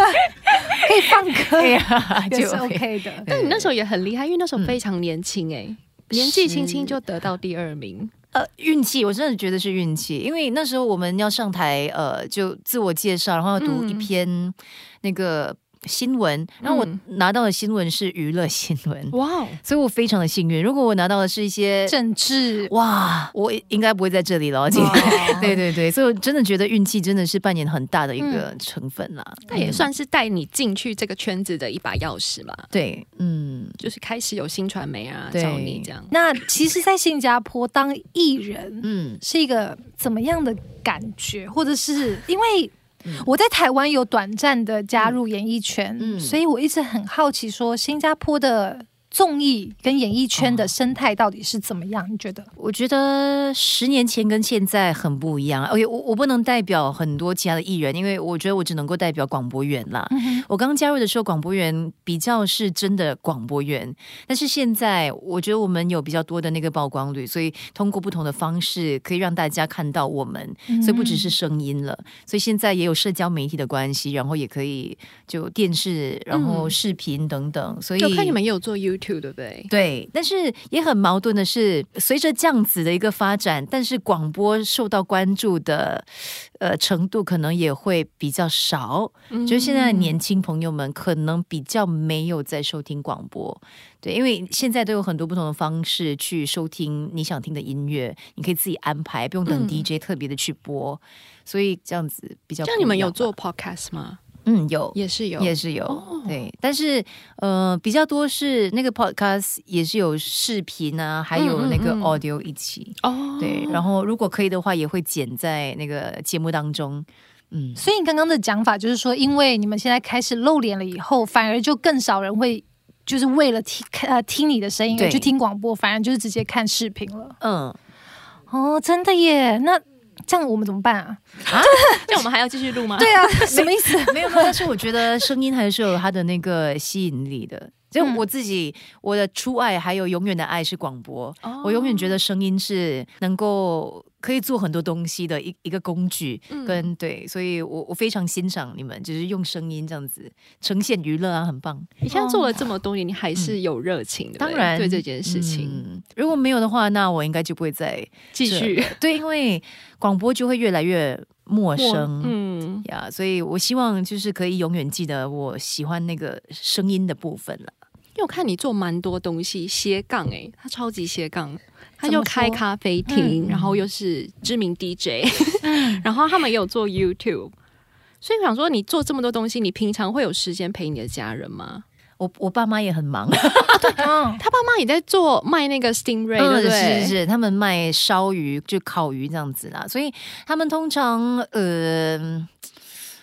[SPEAKER 2] 可以放歌，
[SPEAKER 3] 对呀，
[SPEAKER 2] 也
[SPEAKER 3] 啊就是
[SPEAKER 2] OK 的。
[SPEAKER 1] 但你
[SPEAKER 3] 嗯
[SPEAKER 1] 那时候也很厉害，因为那时候非常年轻哎、年纪轻轻就得到第二名，
[SPEAKER 3] 呃运气，我真的觉得是运气，因为那时候我们要上台，呃，就自我介绍，然后要读
[SPEAKER 1] 嗯
[SPEAKER 3] 一篇那个新闻，然后我
[SPEAKER 1] 嗯
[SPEAKER 3] 拿到的新闻是娱乐新闻，
[SPEAKER 1] 哇哦！
[SPEAKER 3] 所以我非常的幸运。如果我拿到的是一些
[SPEAKER 2] 政治
[SPEAKER 3] 哇，我应该不会在这里了，今天。
[SPEAKER 2] 哦
[SPEAKER 3] 对对对，所以我真的觉得运气真的是扮演很大的一个成分啦。
[SPEAKER 1] 那也算是带你进去这个圈子的一把钥匙吧，
[SPEAKER 3] 对，嗯，
[SPEAKER 1] 就是开始有新传媒啊
[SPEAKER 3] 对
[SPEAKER 1] 找你这样。
[SPEAKER 2] 那其实，在新加坡当艺人
[SPEAKER 3] 嗯，
[SPEAKER 2] 是一个怎么样的感觉，或者是因为我在台湾有短暂的加入演艺圈，
[SPEAKER 3] 嗯
[SPEAKER 2] 所以我一直很好奇，说新加坡的综艺跟演艺圈
[SPEAKER 3] 哦
[SPEAKER 2] 的生态到底是怎么样？你觉得？
[SPEAKER 3] 我觉得十年前跟现在很不一样。OK，我我啊不能代表很多其他的艺人，因为我觉得我只能够代表广播员
[SPEAKER 1] 嗯
[SPEAKER 3] 啦。我刚加入的时候，广播员比较是真的广播员，但是现在我觉得我们有比较多的那个曝光率，所以通过不同的方式可以让大家看到我们，所以不
[SPEAKER 1] 嗯
[SPEAKER 3] 只是
[SPEAKER 2] 嗯
[SPEAKER 3] 声音了，所以现在也有社交媒体的关系，然后也可以就电视，然后视频等等，所以
[SPEAKER 1] 嗯就看你们也有做 YouTube 对不对？
[SPEAKER 3] 对，但是也很矛盾的是，随着这样子的一个发展，但是广播受到关注的呃程度可能也会比较少。就是现
[SPEAKER 1] 嗯
[SPEAKER 3] 在的年轻朋友们可能比较没有在收听广播，对，因为现在都有很多不同的方式去收听你想听的音乐，你可以自己安排，不用等
[SPEAKER 1] 嗯
[SPEAKER 3] DJ 特别的去播，所以这样子比较不一样吧。
[SPEAKER 1] 像你们有做 Podcast 吗？
[SPEAKER 3] 嗯有
[SPEAKER 1] 也是有，哦
[SPEAKER 3] 也是有、对，但是呃，比较多是那个 podcast 也是有视频啊，还有那个
[SPEAKER 1] 嗯嗯嗯
[SPEAKER 3] audio 一起。
[SPEAKER 1] 哦，
[SPEAKER 3] 对，然后如果可以的话，也会剪在那个节目当中。嗯，
[SPEAKER 2] 所以你刚刚的讲法就是说，因为你们现在开始露脸了以后，反而就更少人会就是为了听呃听你的声音而
[SPEAKER 3] 对
[SPEAKER 2] 去听广播，反而就是直接看视频了。
[SPEAKER 3] 嗯，
[SPEAKER 2] 哦，真的耶！那这样我们怎么办啊？
[SPEAKER 1] 那我们还要继续录吗？
[SPEAKER 2] 对啊， 什么意 思？
[SPEAKER 3] 没有，没有但是我觉得声音还是有它的那个吸引力的。就
[SPEAKER 2] 嗯
[SPEAKER 3] 我自己，我的初爱还有永远的爱是广播。
[SPEAKER 1] 哦，
[SPEAKER 3] 我永远觉得声音是能够可以做很多东西的一一个工具，
[SPEAKER 1] 嗯
[SPEAKER 3] 跟对，所以我我非常欣赏你们，就是用声音这样子呈现娱乐啊，很棒。
[SPEAKER 1] 你现在做了这么多年，你还是有热情的，对不
[SPEAKER 3] 嗯当
[SPEAKER 1] 对
[SPEAKER 3] 然
[SPEAKER 1] 对这件事情
[SPEAKER 3] 嗯如果没有的话，那我应该就不会再
[SPEAKER 1] 继续
[SPEAKER 3] 这对，因为广播就会越来越陌生。
[SPEAKER 1] 嗯，
[SPEAKER 3] 呀所以我希望就是可以永远记得我喜欢那个声音的部分了。
[SPEAKER 1] 因为我看你做蛮多东西，斜杠哎，他超级斜杠。他
[SPEAKER 2] 怎
[SPEAKER 1] 又
[SPEAKER 2] 么说
[SPEAKER 1] 开咖啡厅，
[SPEAKER 3] 嗯
[SPEAKER 1] 然后又是知名 DJ，、然
[SPEAKER 2] 嗯
[SPEAKER 1] 后他们也有做 YouTube，所以我想说，你做这么多东西，你平常会有时间陪你的家人吗？
[SPEAKER 3] 我我爸妈也很忙，
[SPEAKER 2] 嗯，
[SPEAKER 1] 他爸妈也在做卖那个 Stingray，、对不对？
[SPEAKER 3] 嗯是是是，他们卖烧鱼就烤鱼这样子啦，所以他们通常呃，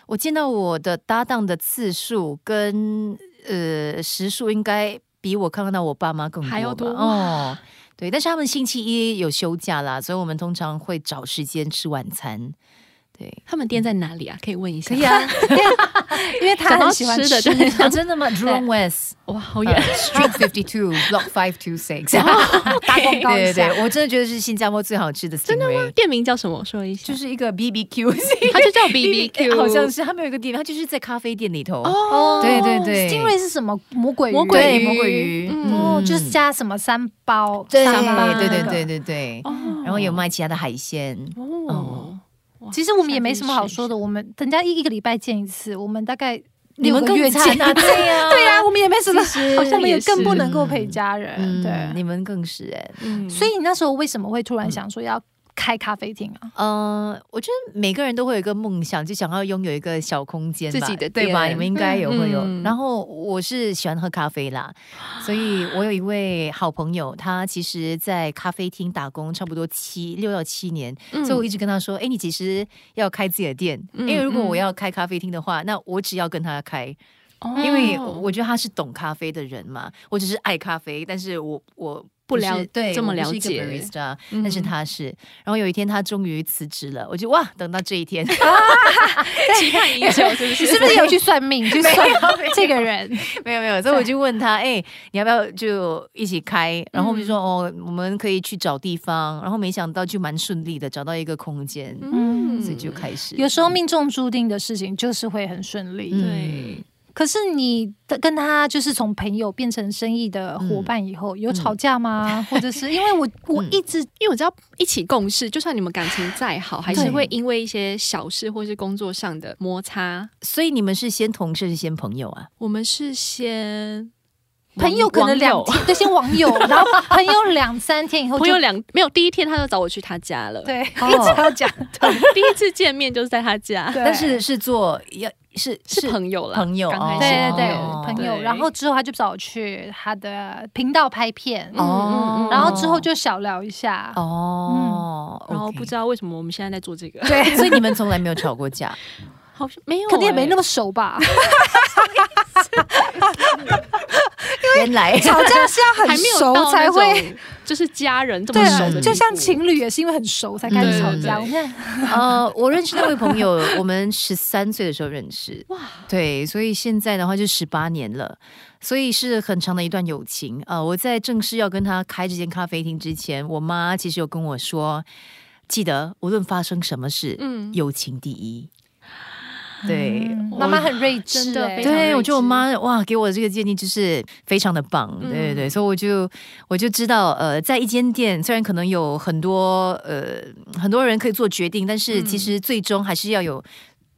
[SPEAKER 3] 我见到我的搭档的次数跟呃时数应该比我看到我爸妈更多吧
[SPEAKER 1] 还要多
[SPEAKER 3] 哦。对，但是他们星期一有休假啦，所以我们通常会找时间吃晚餐。对，
[SPEAKER 1] 他们店在哪里啊？可以问一下。
[SPEAKER 3] 可以 啊，
[SPEAKER 2] 因为他很喜欢
[SPEAKER 1] 讲到
[SPEAKER 2] 吃，
[SPEAKER 1] 吃的对
[SPEAKER 3] 啊 Oh, 真 的吗 d r o n West
[SPEAKER 1] 哇，
[SPEAKER 2] 呃
[SPEAKER 1] 好远。
[SPEAKER 3] Street Fifty Two Block Five Two Six，
[SPEAKER 2] 打广告一
[SPEAKER 3] 对对
[SPEAKER 2] 下。
[SPEAKER 3] 对，我真的觉得是新加坡最好吃的真的吗？
[SPEAKER 1] 店名叫什么？说一下。
[SPEAKER 3] 就是一个 BBQ，
[SPEAKER 1] 它 就叫
[SPEAKER 3] BBQ
[SPEAKER 2] 哎
[SPEAKER 1] BBQ，
[SPEAKER 3] 好像是他们有一个地方，它就是在咖啡店里头。哦，
[SPEAKER 2] 哦
[SPEAKER 3] 对对对
[SPEAKER 2] 精锐是什么？魔鬼鱼
[SPEAKER 1] 魔鬼鱼
[SPEAKER 3] 对魔鬼鱼
[SPEAKER 1] 嗯
[SPEAKER 2] 哦，
[SPEAKER 3] 嗯
[SPEAKER 2] 就是加什么三包，
[SPEAKER 3] 对
[SPEAKER 2] 三包
[SPEAKER 3] 对
[SPEAKER 2] 那
[SPEAKER 3] 对
[SPEAKER 2] 个
[SPEAKER 3] 对对对。
[SPEAKER 1] 哦
[SPEAKER 3] 然后有卖其他的海鲜，
[SPEAKER 1] 哦
[SPEAKER 3] 哦。
[SPEAKER 1] 哇
[SPEAKER 2] 其实我们也没什么好说的，。我们人家一一个礼拜见一次，我们大概
[SPEAKER 3] 你
[SPEAKER 2] 六
[SPEAKER 3] 们
[SPEAKER 2] 个
[SPEAKER 3] 更
[SPEAKER 2] 月
[SPEAKER 3] 惨
[SPEAKER 2] 见。
[SPEAKER 3] 啊！ 对呀，
[SPEAKER 2] 对啊，我们也没什么，
[SPEAKER 1] 实
[SPEAKER 2] 好像我们也
[SPEAKER 1] 也是
[SPEAKER 2] 更不能够陪家人。
[SPEAKER 3] 嗯，
[SPEAKER 2] 对，
[SPEAKER 3] 你们更是哎。
[SPEAKER 1] 嗯
[SPEAKER 2] 所以你那时候为什么会突然想说要开咖啡厅 啊？
[SPEAKER 3] 嗯，我觉得每个人都会有一个梦想，就想要拥有一个小空间吧，
[SPEAKER 1] 自己的
[SPEAKER 3] 对吧？
[SPEAKER 1] 店
[SPEAKER 3] 你们应该也会有
[SPEAKER 1] 嗯。
[SPEAKER 3] 然后我是喜欢喝咖啡啦，所以我有一位好朋友，他其实在咖啡厅打工差不多七六到七年，
[SPEAKER 1] 嗯
[SPEAKER 3] 所以我一直跟他说：“哎、你其实要开自己的店，
[SPEAKER 1] 嗯
[SPEAKER 3] 因为如果
[SPEAKER 1] 嗯
[SPEAKER 3] 我要开咖啡厅的话，那我只要跟他开，
[SPEAKER 1] 哦
[SPEAKER 3] 因为我觉得他是懂咖啡的人嘛。我只是爱咖啡，但是我我
[SPEAKER 1] 不
[SPEAKER 3] 是
[SPEAKER 1] 了
[SPEAKER 3] 对
[SPEAKER 1] 这么了
[SPEAKER 3] 我不是一
[SPEAKER 1] 解
[SPEAKER 3] 个 barista，
[SPEAKER 1] 嗯
[SPEAKER 3] 但是他是。然后有一天他终于辞职了，我就哇，等到这一 天，
[SPEAKER 1] 期盼已久，是不
[SPEAKER 2] 你
[SPEAKER 1] 是？
[SPEAKER 2] 是不是有去算命？去算这个人，
[SPEAKER 3] 没有没有，所以我就问他，哎、你要不要就一起开？然后我们
[SPEAKER 1] 嗯
[SPEAKER 3] 就说、哦，我们可以去找地方。然后没想到就蛮顺利的，找到一个空间，
[SPEAKER 1] 嗯
[SPEAKER 3] 所以就开始。
[SPEAKER 2] 有时候命中注定的事情就是会很顺利。
[SPEAKER 3] 嗯
[SPEAKER 1] 对，
[SPEAKER 2] 可是你的跟他就是从朋友变成生意的伙
[SPEAKER 1] 嗯
[SPEAKER 2] 伴以后，有吵 架吗？或者是因为我我一直
[SPEAKER 1] 因为我知道一起共事，就算你们感情再好，还是
[SPEAKER 3] 对
[SPEAKER 1] 会因为一些小事或是工作上的摩擦。
[SPEAKER 3] 所以你们是先同事，是先朋友啊？
[SPEAKER 1] 我们是先
[SPEAKER 2] 朋友可能两
[SPEAKER 1] 网友
[SPEAKER 2] 天对，先网友， 然后朋友两三天以后
[SPEAKER 1] 朋
[SPEAKER 2] 就
[SPEAKER 1] 友两没有第一天他就找我去他家了，
[SPEAKER 2] 对，
[SPEAKER 3] 哦
[SPEAKER 2] 一直要讲，
[SPEAKER 1] 第一次见面就是在他家，
[SPEAKER 2] 对
[SPEAKER 3] 但是是做要是
[SPEAKER 1] 是朋友啦，
[SPEAKER 3] 朋友
[SPEAKER 1] 刚开
[SPEAKER 3] 哦
[SPEAKER 1] 始
[SPEAKER 2] 对对对
[SPEAKER 3] 哦
[SPEAKER 2] 朋友，
[SPEAKER 1] 对
[SPEAKER 2] 然后之后他就找我去他的频道拍片，
[SPEAKER 1] 嗯
[SPEAKER 3] 哦，
[SPEAKER 2] 然后之后就小聊一下，
[SPEAKER 3] 哦，
[SPEAKER 1] 然后不知
[SPEAKER 3] 道，
[SPEAKER 1] 道为什么我们现在在做这个，
[SPEAKER 2] 对，
[SPEAKER 3] 所以你们从来没有吵过架，
[SPEAKER 1] 好像没有欸，
[SPEAKER 2] 肯定也没那么熟吧。
[SPEAKER 3] 原来
[SPEAKER 2] 吵架是要
[SPEAKER 1] 还
[SPEAKER 2] 很
[SPEAKER 1] 没有
[SPEAKER 2] 熟
[SPEAKER 1] 到
[SPEAKER 2] 才
[SPEAKER 1] 那
[SPEAKER 2] 会，
[SPEAKER 1] 种就是家人这
[SPEAKER 2] 对
[SPEAKER 1] 么熟的地步，
[SPEAKER 2] 啊，就像情侣也是因为很熟才开始吵架。
[SPEAKER 1] 嗯
[SPEAKER 2] 我们
[SPEAKER 3] 呃，我认识那位朋友，我们十三岁的时候认识，哇，对，所以现在的话就十八年了，所以是很长的一段友情。呃，我在正式要跟他开这间咖啡厅之前，我妈其实有跟我说，记得无论发生什么事，
[SPEAKER 1] 嗯
[SPEAKER 3] 友情第一。对，
[SPEAKER 2] 嗯
[SPEAKER 1] 我
[SPEAKER 2] 妈妈很睿
[SPEAKER 1] 真
[SPEAKER 2] 智、
[SPEAKER 1] 的
[SPEAKER 2] 欸
[SPEAKER 1] 哦非常睿
[SPEAKER 3] 对，我觉得我
[SPEAKER 1] 智
[SPEAKER 3] 妈哇，给我的这个建议就是非常的棒，
[SPEAKER 2] 嗯
[SPEAKER 3] 对对对，所以我就我就知道，呃，在一间店虽然可能有很多呃很多人可以做决定，但
[SPEAKER 2] 嗯
[SPEAKER 3] 是其实最终还是要有。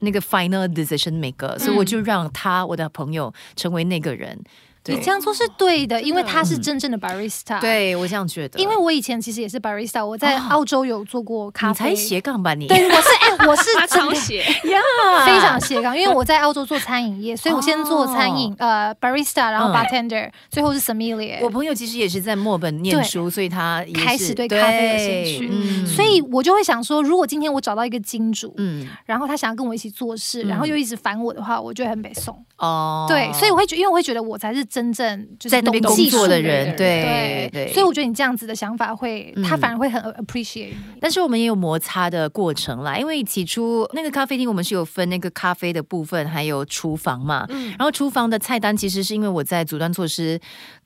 [SPEAKER 3] 那个 final decision maker，、所
[SPEAKER 2] 嗯
[SPEAKER 3] 以我就让他我的朋友成为那个人。对
[SPEAKER 2] 你这样做是对的，因为他是真正的 barista。，
[SPEAKER 3] 对我这样觉得，
[SPEAKER 2] 因为我以前其实也是 barista，我在澳洲有做过咖
[SPEAKER 3] 你
[SPEAKER 2] 啡。
[SPEAKER 3] 才斜啊杠吧你？
[SPEAKER 2] 对，我是哎、我是
[SPEAKER 1] 他
[SPEAKER 2] 真
[SPEAKER 1] 抄
[SPEAKER 2] 的
[SPEAKER 1] 写，
[SPEAKER 2] 非常斜杠，因为我在澳洲做餐饮业，所以我先做餐饮，呃，barista，然后
[SPEAKER 3] 哦嗯
[SPEAKER 2] bartender，、最后是 sommelier。
[SPEAKER 3] 我朋友其实也是在墨尔本念
[SPEAKER 2] 对
[SPEAKER 3] 书，所以他也是
[SPEAKER 2] 开始对咖啡有兴趣
[SPEAKER 3] 嗯
[SPEAKER 2] 所以我就会想说，如果今天我找到一个金主，
[SPEAKER 3] 嗯
[SPEAKER 2] 然后他想要跟我一起做事，
[SPEAKER 3] 嗯
[SPEAKER 2] 然后又一直烦我的话，我就会很北宋。
[SPEAKER 3] 哦，
[SPEAKER 2] 对，所以我会觉，因为我会觉得我才是真正就是
[SPEAKER 3] 在那边
[SPEAKER 2] 懂
[SPEAKER 3] 工
[SPEAKER 2] 技术
[SPEAKER 3] 作
[SPEAKER 2] 的
[SPEAKER 3] 的人，对
[SPEAKER 2] 对，所以我觉得你这样子的想法会，他
[SPEAKER 3] 嗯
[SPEAKER 2] 反而会很 appreciate 你。
[SPEAKER 3] 但是我们也有摩擦的过程啦，因为起初那个咖啡厅我们是有分那个咖啡的部分，还有厨房嘛。然后厨房的菜单其实是因为我在阻断措施。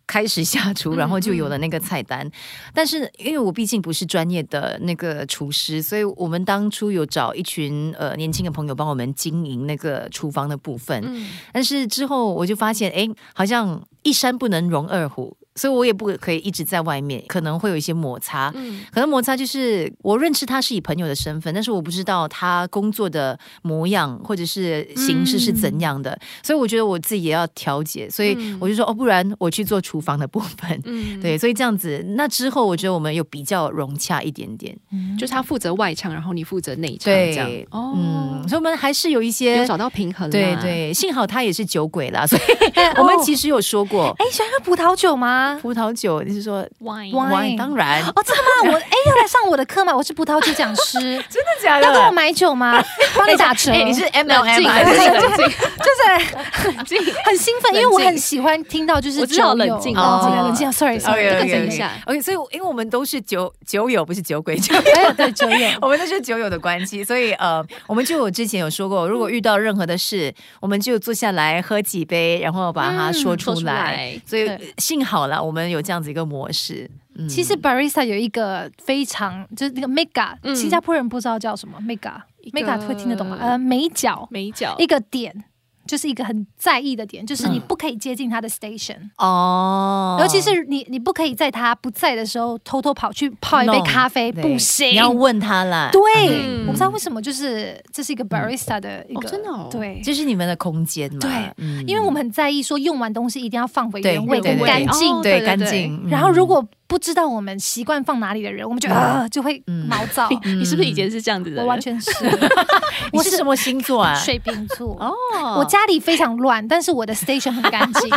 [SPEAKER 3] 开始下厨，然后就有了那个菜单。但是因为我毕竟不是专业的那个厨师，所以我们当初有找一群呃年轻的朋友帮我们经营那个厨房的部分。但是之后我就发现，哎，好像一山不能容二虎，所以我也不可以一直在外面，可能会有一些摩擦。
[SPEAKER 2] 嗯
[SPEAKER 3] 可能摩擦就是我认识他是以朋友的身份，但是我不知道他工作的模样或者是形式是怎样的，所以我觉得我自己也要调节，所以我就说、哦，不然我去做厨房的部分。
[SPEAKER 1] 嗯，
[SPEAKER 3] 对，所以这样子，那之后我觉得我们有比较融洽一点点，
[SPEAKER 1] 就是他负责外唱，然后你负责内唱，这
[SPEAKER 3] 对
[SPEAKER 1] 样哦，
[SPEAKER 3] 嗯，所以我们还是有一
[SPEAKER 1] 有
[SPEAKER 3] 些，
[SPEAKER 1] 找到平衡啦，
[SPEAKER 3] 对对，幸好他也是酒鬼啦， 所以
[SPEAKER 2] 但
[SPEAKER 3] 我们
[SPEAKER 2] 哦
[SPEAKER 3] 其实有说过，
[SPEAKER 2] 哎，喜欢喝葡萄酒吗？
[SPEAKER 3] 葡萄酒，你是说
[SPEAKER 1] Wine
[SPEAKER 2] Wine
[SPEAKER 3] 当然，
[SPEAKER 2] 哦，真的吗？我哎要来上我的课吗？我是葡萄酒讲 师，
[SPEAKER 3] 真的假
[SPEAKER 2] 要跟我买酒吗？帮你打折。
[SPEAKER 3] 哎，你是 M L
[SPEAKER 1] 冷
[SPEAKER 3] M
[SPEAKER 1] 静
[SPEAKER 3] 还
[SPEAKER 1] 冷
[SPEAKER 3] 是
[SPEAKER 1] 静
[SPEAKER 3] 什么？
[SPEAKER 1] 冷静
[SPEAKER 2] 就是
[SPEAKER 1] 冷静，
[SPEAKER 2] 很兴奋，因为
[SPEAKER 1] 冷
[SPEAKER 2] 我
[SPEAKER 1] 静
[SPEAKER 2] 很喜欢听到就是
[SPEAKER 1] 我知道
[SPEAKER 2] 酒
[SPEAKER 1] 冷
[SPEAKER 2] 友
[SPEAKER 1] 静
[SPEAKER 2] 冷静
[SPEAKER 3] 哦嗯
[SPEAKER 2] 冷静，sorry sorry，
[SPEAKER 1] 这个等
[SPEAKER 3] OK，OK，OK
[SPEAKER 1] 一下，
[SPEAKER 3] OK，所以因为我们都是酒酒友，不是酒鬼，酒友
[SPEAKER 2] 哎对酒友。
[SPEAKER 3] 我们都是酒友的关系，所以呃，我们就有之前有说过，如果遇到任何的事，我们就坐下来喝几杯，然后把
[SPEAKER 2] 嗯
[SPEAKER 3] 它说出
[SPEAKER 1] 说出
[SPEAKER 3] 来。
[SPEAKER 1] 来
[SPEAKER 3] 所以
[SPEAKER 2] 对
[SPEAKER 3] 幸好啦，我们有这样子一个模式。嗯
[SPEAKER 2] 其实 barista 有一个非常就是那个 mega，、
[SPEAKER 1] 嗯
[SPEAKER 2] 新加坡人不知道叫什么 mega
[SPEAKER 1] 个
[SPEAKER 2] mega 会听得懂吗？呃，美角
[SPEAKER 1] 美角
[SPEAKER 2] 一个点。就是一个很在意的点，就是你
[SPEAKER 3] 嗯
[SPEAKER 2] 不可以接近他的 station，、
[SPEAKER 3] 哦，
[SPEAKER 2] 尤其是你，你不可以在他不在的时候偷偷跑去泡一杯
[SPEAKER 3] 弄
[SPEAKER 2] 咖啡，
[SPEAKER 3] 对
[SPEAKER 2] 不行。
[SPEAKER 3] 你要问他啦。
[SPEAKER 2] 对，
[SPEAKER 1] 嗯
[SPEAKER 2] 我不知道为什么，就是这是一个
[SPEAKER 3] 嗯
[SPEAKER 2] barista 的一个，
[SPEAKER 1] 哦真的哦
[SPEAKER 2] 对，
[SPEAKER 3] 就是你们的空间嘛。
[SPEAKER 2] 对
[SPEAKER 3] 嗯
[SPEAKER 2] 因为我们很在意说用完东西一定要放回
[SPEAKER 3] 对
[SPEAKER 2] 原位
[SPEAKER 3] 对
[SPEAKER 2] 跟
[SPEAKER 3] 对
[SPEAKER 2] 干净
[SPEAKER 1] 哦，
[SPEAKER 3] 对
[SPEAKER 1] 对
[SPEAKER 3] 干
[SPEAKER 1] 对
[SPEAKER 3] 净。嗯
[SPEAKER 2] 然后如果不知道我们习惯放哪里的人，我们就呃就 会
[SPEAKER 3] 嗯
[SPEAKER 2] 毛躁。
[SPEAKER 1] 你是不是以前是这样子的人？
[SPEAKER 2] 我完全 是，
[SPEAKER 3] 你
[SPEAKER 2] 我
[SPEAKER 3] 是什么星座啊？
[SPEAKER 2] 水瓶座。
[SPEAKER 3] 哦，
[SPEAKER 2] 我家里非常乱，但是我的 station 很干 净。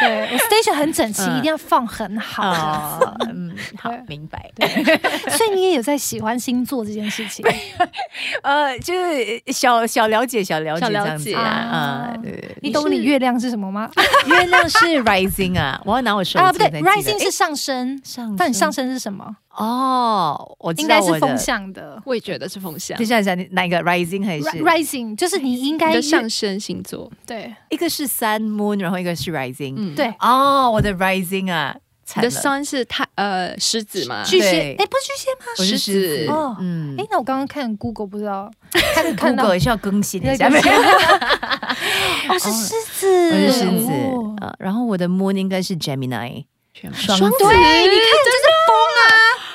[SPEAKER 2] 对，我 station 很整齐，
[SPEAKER 3] 嗯
[SPEAKER 2] 一定要放很好。
[SPEAKER 3] 哦，嗯，好
[SPEAKER 2] 对，
[SPEAKER 3] 明白。
[SPEAKER 2] 所以你也有在喜欢星座这件事情。
[SPEAKER 3] 呃，就是小小了解，小了解
[SPEAKER 1] 小
[SPEAKER 3] 这
[SPEAKER 1] 了
[SPEAKER 3] 样子
[SPEAKER 1] 解
[SPEAKER 3] 啊。
[SPEAKER 2] 啊
[SPEAKER 3] 嗯，对对对
[SPEAKER 2] 你懂你月亮是什么吗？
[SPEAKER 3] 月亮是 rising 啊，我要拿我手机
[SPEAKER 2] 啊，不对
[SPEAKER 3] 才记得
[SPEAKER 2] ，rising
[SPEAKER 3] 诶
[SPEAKER 2] 是上升，
[SPEAKER 3] 上，
[SPEAKER 2] 但你上升是什么？
[SPEAKER 3] 哦，我知
[SPEAKER 2] 应
[SPEAKER 3] 道
[SPEAKER 2] 该是
[SPEAKER 3] 我的
[SPEAKER 2] 风。向的。
[SPEAKER 1] 我也觉得是风向
[SPEAKER 3] 等一，下，等一下，哪一个 rising 还哎是
[SPEAKER 2] Ri- rising 就是你应
[SPEAKER 1] 你
[SPEAKER 2] 该
[SPEAKER 1] 的上升星座，
[SPEAKER 2] 对
[SPEAKER 3] 一个是 sun moon，然后一个是 rising。
[SPEAKER 1] 嗯，
[SPEAKER 2] 对
[SPEAKER 3] 哦，我的 rising 啊，
[SPEAKER 1] 你
[SPEAKER 3] 惨
[SPEAKER 1] 的
[SPEAKER 3] 了，
[SPEAKER 1] sun 是太呃狮子嘛，
[SPEAKER 2] 巨蟹
[SPEAKER 3] 对，
[SPEAKER 2] 哎，不是巨蟹吗？
[SPEAKER 3] 我是
[SPEAKER 1] 狮
[SPEAKER 3] 狮
[SPEAKER 1] 子
[SPEAKER 3] 子。
[SPEAKER 2] 哦
[SPEAKER 3] 嗯
[SPEAKER 2] 哎，那我刚刚看 Google 不知 道，看看到
[SPEAKER 3] ，Google 也是要更新一下。
[SPEAKER 2] 哦，是狮子，
[SPEAKER 3] 我是狮子
[SPEAKER 2] 哦，
[SPEAKER 3] 呃，然后我的 moon 应该是 Gemini，
[SPEAKER 1] 全
[SPEAKER 3] 双
[SPEAKER 2] 对，你看就是风啊，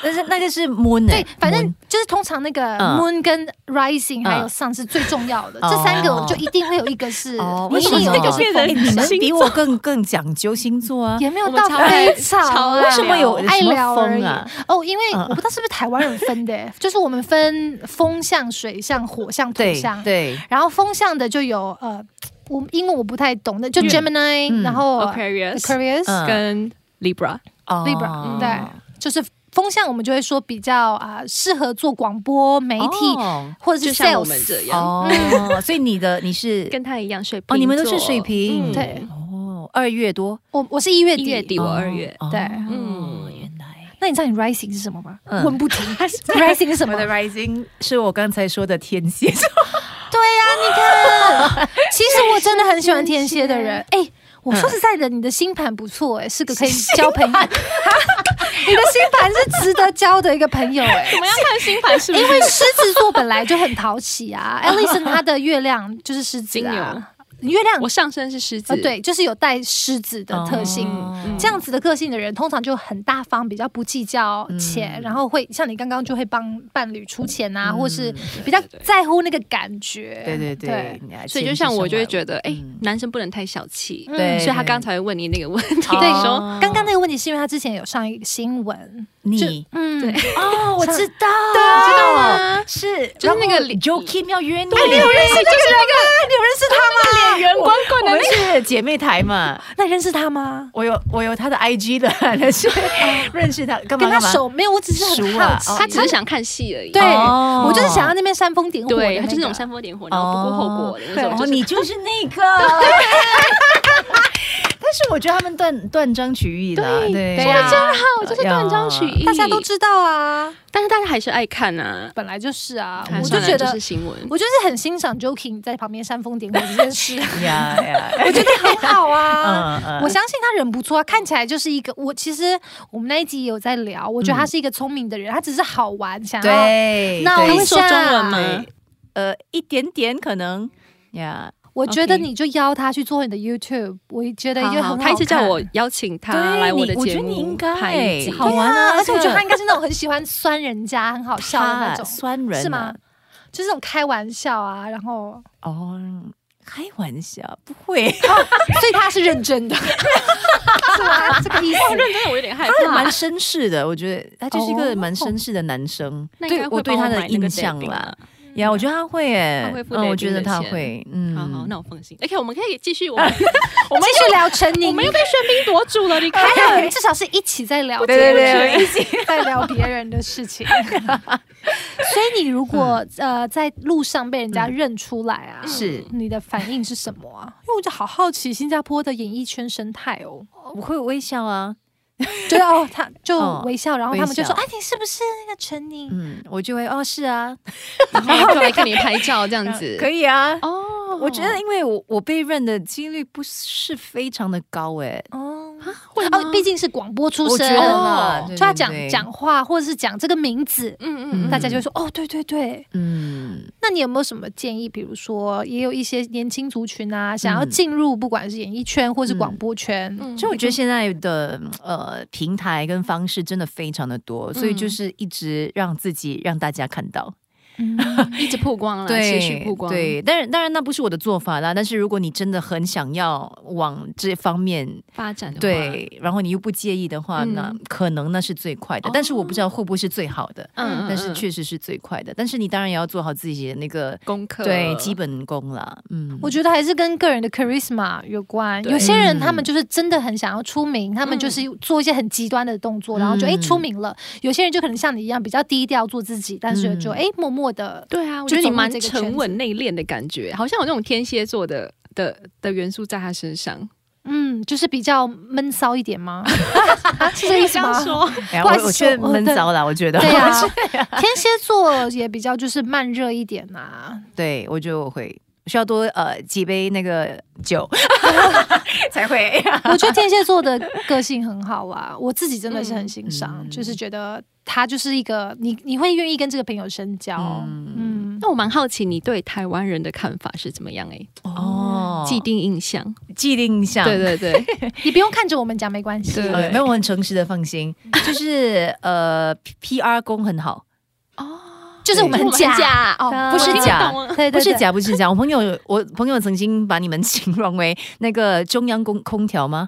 [SPEAKER 3] 但是那个是 moon，
[SPEAKER 2] 对
[SPEAKER 3] 欸，
[SPEAKER 2] 反正
[SPEAKER 3] moon
[SPEAKER 2] 就是通常那个
[SPEAKER 3] 嗯
[SPEAKER 2] moon 跟 rising
[SPEAKER 3] 嗯
[SPEAKER 2] 还有 sun 是最重要的，
[SPEAKER 3] 哦
[SPEAKER 2] 这三个我就一定会有一个是，
[SPEAKER 3] 哦
[SPEAKER 2] 你一定
[SPEAKER 3] 为什
[SPEAKER 2] 有
[SPEAKER 3] 么
[SPEAKER 2] 一个
[SPEAKER 3] 这
[SPEAKER 2] 是
[SPEAKER 1] 个变成
[SPEAKER 2] 风啊
[SPEAKER 3] 你们
[SPEAKER 1] 星
[SPEAKER 3] 比
[SPEAKER 1] 座
[SPEAKER 3] 我更更讲究星座啊。
[SPEAKER 2] 也没有
[SPEAKER 1] 我们
[SPEAKER 2] 到
[SPEAKER 1] 超爱
[SPEAKER 2] 非常啊，
[SPEAKER 1] 超
[SPEAKER 3] 为什么有
[SPEAKER 2] 爱
[SPEAKER 3] 什
[SPEAKER 2] 聊
[SPEAKER 3] 么
[SPEAKER 2] 而
[SPEAKER 3] 风
[SPEAKER 2] 已
[SPEAKER 3] 啊？
[SPEAKER 2] 哦，因为
[SPEAKER 3] 嗯
[SPEAKER 2] 我不知道是不是台湾人分的，欸 就是我们分风向、水象、火象、土
[SPEAKER 3] 对
[SPEAKER 2] 象，
[SPEAKER 3] 对，
[SPEAKER 2] 然后风向的就有呃，我因为我不太懂的，就
[SPEAKER 1] 嗯
[SPEAKER 2] Gemini，、
[SPEAKER 3] 嗯
[SPEAKER 2] 然后
[SPEAKER 1] Aquarius
[SPEAKER 2] 哦 Aquarius，、
[SPEAKER 3] 嗯
[SPEAKER 1] 跟 Libra，
[SPEAKER 3] 哦
[SPEAKER 2] Libra，嗯对就是风向，我们就会说比较啊、呃适合做广播媒体、
[SPEAKER 3] 哦
[SPEAKER 2] 或者
[SPEAKER 1] 就是像我们
[SPEAKER 2] sales。
[SPEAKER 1] 这样，
[SPEAKER 3] 哦，所以你的你是
[SPEAKER 1] 嗯跟他一样水瓶座，
[SPEAKER 3] 哦，你们都是水
[SPEAKER 1] 嗯
[SPEAKER 3] 瓶，
[SPEAKER 2] 对
[SPEAKER 3] 哦，二月多，
[SPEAKER 2] 我我是一月底，
[SPEAKER 1] 一月底我二月，
[SPEAKER 3] 哦
[SPEAKER 2] 对
[SPEAKER 3] 哦
[SPEAKER 1] 嗯
[SPEAKER 3] 原来
[SPEAKER 2] 那你知道你 rising 是什么吗？
[SPEAKER 3] 嗯
[SPEAKER 2] 问 不停，rising 是什么
[SPEAKER 3] 我？的 rising 是我刚才说的天 蝎座，
[SPEAKER 2] 对呀、你看，其实我真的很喜欢天蝎的人。哎、我
[SPEAKER 1] 嗯
[SPEAKER 2] 说实在的，你的星盘不错哎、是个可以交朋友。 哈你的星盘是值得交的一个朋友哎、
[SPEAKER 1] 我们要看星盘是不
[SPEAKER 2] 因
[SPEAKER 1] 是
[SPEAKER 2] 为狮子座本来就很淘 气啊，Alison 她的月亮就是狮子
[SPEAKER 1] 金牛
[SPEAKER 2] 啊，，月亮
[SPEAKER 1] 我上身是狮子，
[SPEAKER 2] 呃对，就是有带狮子的特性。
[SPEAKER 1] 嗯
[SPEAKER 3] 哦
[SPEAKER 2] 这样子的个性的人，通常就很大方，比较不计较
[SPEAKER 1] 嗯
[SPEAKER 2] 钱，然后会像你刚刚就会帮伴侣出钱啊，或是比较在乎那个感觉。
[SPEAKER 3] 对对对，你还
[SPEAKER 1] 所以
[SPEAKER 3] 牵
[SPEAKER 1] 就
[SPEAKER 3] 着
[SPEAKER 1] 像我
[SPEAKER 3] 手
[SPEAKER 1] 就会
[SPEAKER 3] 腕
[SPEAKER 1] 觉得，哎、
[SPEAKER 3] 嗯
[SPEAKER 1] 男生不能太小气。
[SPEAKER 2] 嗯
[SPEAKER 3] 对
[SPEAKER 1] 所以他刚才问你那个问 题
[SPEAKER 3] 哦
[SPEAKER 1] 的时候，
[SPEAKER 2] 刚刚那个问题是因为他之前有上一个新闻，就
[SPEAKER 3] 你
[SPEAKER 2] 嗯，
[SPEAKER 1] 对
[SPEAKER 3] 哦，我知道，
[SPEAKER 1] 你知道
[SPEAKER 3] 我知道，
[SPEAKER 1] 吗？
[SPEAKER 3] 是
[SPEAKER 1] 就是那个脸
[SPEAKER 3] Jo Kim 要约你，
[SPEAKER 2] 哎
[SPEAKER 1] 认识哎就是那个
[SPEAKER 2] 你有认识他吗？
[SPEAKER 1] 脸圆滚滚
[SPEAKER 3] 我
[SPEAKER 1] 的
[SPEAKER 3] 们
[SPEAKER 1] 那
[SPEAKER 3] 是姐妹台嘛，
[SPEAKER 2] 那你认识他吗？
[SPEAKER 3] 我有我有她的 IG 的， 但是
[SPEAKER 1] 哦
[SPEAKER 3] 认识她干
[SPEAKER 2] 跟
[SPEAKER 3] 嘛
[SPEAKER 2] 他
[SPEAKER 3] 干嘛？
[SPEAKER 2] 熟没有？我只是很
[SPEAKER 3] 熟啊
[SPEAKER 2] 好
[SPEAKER 1] 个，
[SPEAKER 2] 奇。
[SPEAKER 1] 哦他只是想看戏而已。
[SPEAKER 2] 对
[SPEAKER 3] 哦
[SPEAKER 2] 我就是想要那边煽风点火的
[SPEAKER 1] 对，
[SPEAKER 2] 那
[SPEAKER 1] 他
[SPEAKER 2] 个，
[SPEAKER 1] 就是那种煽风点火，然后不顾后果的那
[SPEAKER 3] 对
[SPEAKER 1] 种。
[SPEAKER 3] 哦，
[SPEAKER 1] 就是
[SPEAKER 3] 你就是 那个。但是我觉得他们断断章取义的啊，对，
[SPEAKER 2] 对啊
[SPEAKER 1] 真好，就是断章取
[SPEAKER 3] 哦
[SPEAKER 1] 义，
[SPEAKER 2] 大家都，知道啊，
[SPEAKER 1] 但是大家还是爱看啊。
[SPEAKER 2] 本来就是啊，
[SPEAKER 1] 看
[SPEAKER 2] 我就
[SPEAKER 1] 上来
[SPEAKER 2] 觉
[SPEAKER 1] 就
[SPEAKER 2] 得
[SPEAKER 1] 是。新闻，
[SPEAKER 2] 我就是很欣赏 Joking 在旁边煽风点火这件事，
[SPEAKER 3] 呀 呀，
[SPEAKER 2] 我觉得很好啊。
[SPEAKER 3] 嗯 嗯
[SPEAKER 2] 我相信他人不错，啊，看起来就是一个我。其实我们那一集也有在聊，我觉得他是一个聪明的人，他只是好玩，想要。
[SPEAKER 3] 对，
[SPEAKER 2] 那
[SPEAKER 1] 他
[SPEAKER 2] 我
[SPEAKER 3] 对
[SPEAKER 1] 会说中文吗
[SPEAKER 3] 对？呃，一点点可能呀，
[SPEAKER 2] 我觉得
[SPEAKER 1] OK
[SPEAKER 2] 你就邀他去做你的 YouTube，我觉得一定很好看。
[SPEAKER 1] 他一次叫我邀请他
[SPEAKER 3] 对
[SPEAKER 1] 来我的
[SPEAKER 3] 你我觉
[SPEAKER 1] 节
[SPEAKER 3] 得
[SPEAKER 1] 目，
[SPEAKER 3] 你应该
[SPEAKER 1] 拍一集
[SPEAKER 3] 好玩
[SPEAKER 2] 对
[SPEAKER 3] 啊
[SPEAKER 2] 而且我觉得
[SPEAKER 3] 这
[SPEAKER 2] 他应该是那种很喜欢酸人家、很好笑的那
[SPEAKER 3] 他
[SPEAKER 2] 种，
[SPEAKER 3] 酸人啊
[SPEAKER 2] 是吗？？就是那种开玩笑啊，然后，
[SPEAKER 3] 哦，开玩笑，不会，
[SPEAKER 2] 所以他是认真的，是吗？这个意思。
[SPEAKER 1] 认真的我有点害
[SPEAKER 3] 他
[SPEAKER 1] 怕
[SPEAKER 3] 蛮。绅士的，我觉得他就是一个蛮绅士的男生，
[SPEAKER 1] 那应
[SPEAKER 3] 对
[SPEAKER 1] 该
[SPEAKER 3] 我
[SPEAKER 1] 会
[SPEAKER 3] 对
[SPEAKER 1] 帮
[SPEAKER 3] 他的
[SPEAKER 1] 买那个
[SPEAKER 3] 印象
[SPEAKER 1] dating
[SPEAKER 3] 啦
[SPEAKER 1] 啊。
[SPEAKER 3] 呀，我觉得他会耶，
[SPEAKER 1] 他会付
[SPEAKER 3] 嗯，我
[SPEAKER 1] dating
[SPEAKER 3] 觉得
[SPEAKER 1] 的
[SPEAKER 3] 他
[SPEAKER 1] 钱
[SPEAKER 3] 会，嗯，
[SPEAKER 1] 好好，那我放心。而且我们可以继 续，我们
[SPEAKER 2] 我们继续聊陈
[SPEAKER 1] 我
[SPEAKER 2] 宁
[SPEAKER 1] 们，又被喧宾夺主了，你看。
[SPEAKER 2] 还好你至少是一起在聊，
[SPEAKER 3] 对对对，
[SPEAKER 2] 一起在聊别人的事情。所以你如果呃在路上被人家认出来啊，
[SPEAKER 3] 是
[SPEAKER 2] 你的反应是什么啊？因为我就好好奇新加坡的演艺圈生态哦，
[SPEAKER 3] 我会微笑啊，
[SPEAKER 2] 觉得哦，他就
[SPEAKER 3] 哦
[SPEAKER 2] 微笑，然后他们就
[SPEAKER 3] 微
[SPEAKER 2] 说
[SPEAKER 3] 笑：“
[SPEAKER 2] 哎，你是不是那个陈宁？”
[SPEAKER 3] 嗯，我就会哦，是啊，
[SPEAKER 1] 然后过来跟你拍照这样 子，
[SPEAKER 3] 可
[SPEAKER 1] 以
[SPEAKER 3] 以啊。
[SPEAKER 1] 哦。
[SPEAKER 3] 我觉得，因为我我被认的几率不是非常的高诶，
[SPEAKER 2] 哦，
[SPEAKER 1] 会吗
[SPEAKER 2] 哦，毕竟是广播出
[SPEAKER 3] 我觉
[SPEAKER 2] 身
[SPEAKER 3] 得，
[SPEAKER 1] 啦
[SPEAKER 3] 对
[SPEAKER 2] 就他
[SPEAKER 3] 对
[SPEAKER 2] 讲
[SPEAKER 3] 对
[SPEAKER 2] 讲话或者是讲这个名字，
[SPEAKER 1] 嗯嗯，
[SPEAKER 2] 大家就会说：“哦，对对对。”
[SPEAKER 3] 嗯，
[SPEAKER 2] 那你有没有什么建议？比如说，也有一些年轻族群啊，想要
[SPEAKER 3] 嗯
[SPEAKER 2] 进入不管是演艺圈或是广播圈，
[SPEAKER 1] 嗯
[SPEAKER 3] 所以我觉得现在的呃平台跟方式真的非常的多，所
[SPEAKER 1] 嗯
[SPEAKER 3] 以就是一直让自己让大家看到，
[SPEAKER 2] 嗯，
[SPEAKER 1] 一直曝光了，
[SPEAKER 3] 对，
[SPEAKER 1] 持续嗯曝光，
[SPEAKER 3] 对，当然当然那不是我的做法啦，但是如果你真的很想要往这方面。
[SPEAKER 1] 发展的话，
[SPEAKER 3] 对，然后你又不介意的话，
[SPEAKER 1] 嗯哦
[SPEAKER 3] 那可能那是最快的，但是我不知道会不会是最好的，
[SPEAKER 1] 嗯，嗯，
[SPEAKER 3] 但是
[SPEAKER 1] 嗯
[SPEAKER 3] 确实是最快的。但是你当然也要做好自己的那个
[SPEAKER 1] 功课
[SPEAKER 3] 对基本功啦，嗯，
[SPEAKER 2] 我觉得还是跟个人的 charisma 有关。
[SPEAKER 1] 对
[SPEAKER 2] 有些人他
[SPEAKER 3] 嗯
[SPEAKER 2] 们就是真的很想要出名，他们就是做一些很极端的动作，然后就
[SPEAKER 3] 嗯
[SPEAKER 2] 哎出名了。有些人就可能像你一样比较低调做自己，但是就
[SPEAKER 3] 嗯
[SPEAKER 2] 哎默默的。
[SPEAKER 1] 对啊，我
[SPEAKER 2] 就
[SPEAKER 1] 觉得你
[SPEAKER 2] 走入
[SPEAKER 1] 蛮
[SPEAKER 2] 这个圈
[SPEAKER 1] 沉
[SPEAKER 2] 子
[SPEAKER 1] 稳内敛的感觉，好像有那种天蝎座的的的元素在他身上。
[SPEAKER 2] 嗯，就是比较闷骚一点 吗？是这意思吗？
[SPEAKER 1] 说，
[SPEAKER 3] 哎呀
[SPEAKER 2] 不好意
[SPEAKER 3] 我
[SPEAKER 2] 思
[SPEAKER 3] 我觉得
[SPEAKER 2] 我
[SPEAKER 3] 闷骚啦，我觉得，
[SPEAKER 2] 对 呀、天蝎座也比较就是慢热一点呐、啊。
[SPEAKER 3] 对我觉得我会需要多呃几杯那个酒才会。
[SPEAKER 2] 我觉得天蝎座的个性很好啊， 我自己真的是很欣赏，
[SPEAKER 3] 嗯嗯
[SPEAKER 2] 就是觉得他就是一个你你会愿意跟这个朋友深交，嗯。
[SPEAKER 1] 那我蛮好奇你对台湾人的看法是怎么样、欸？
[SPEAKER 3] 哦，
[SPEAKER 1] 既定印象，
[SPEAKER 3] 既定印象，
[SPEAKER 1] 对对对，
[SPEAKER 2] 你不用看着我们讲，没关系。
[SPEAKER 1] 对
[SPEAKER 3] 呃没有，我很诚实的，放心，就是呃，P R 功很好，
[SPEAKER 2] 就是我们很
[SPEAKER 1] 我们很
[SPEAKER 2] 假
[SPEAKER 1] 哦
[SPEAKER 3] 不是
[SPEAKER 1] 我听得
[SPEAKER 3] 假
[SPEAKER 1] 懂啊
[SPEAKER 2] 对对
[SPEAKER 3] 不
[SPEAKER 2] 对，
[SPEAKER 3] 是假，不是假。我朋友，我朋友曾经把你们 形容为那个中央空空调吗？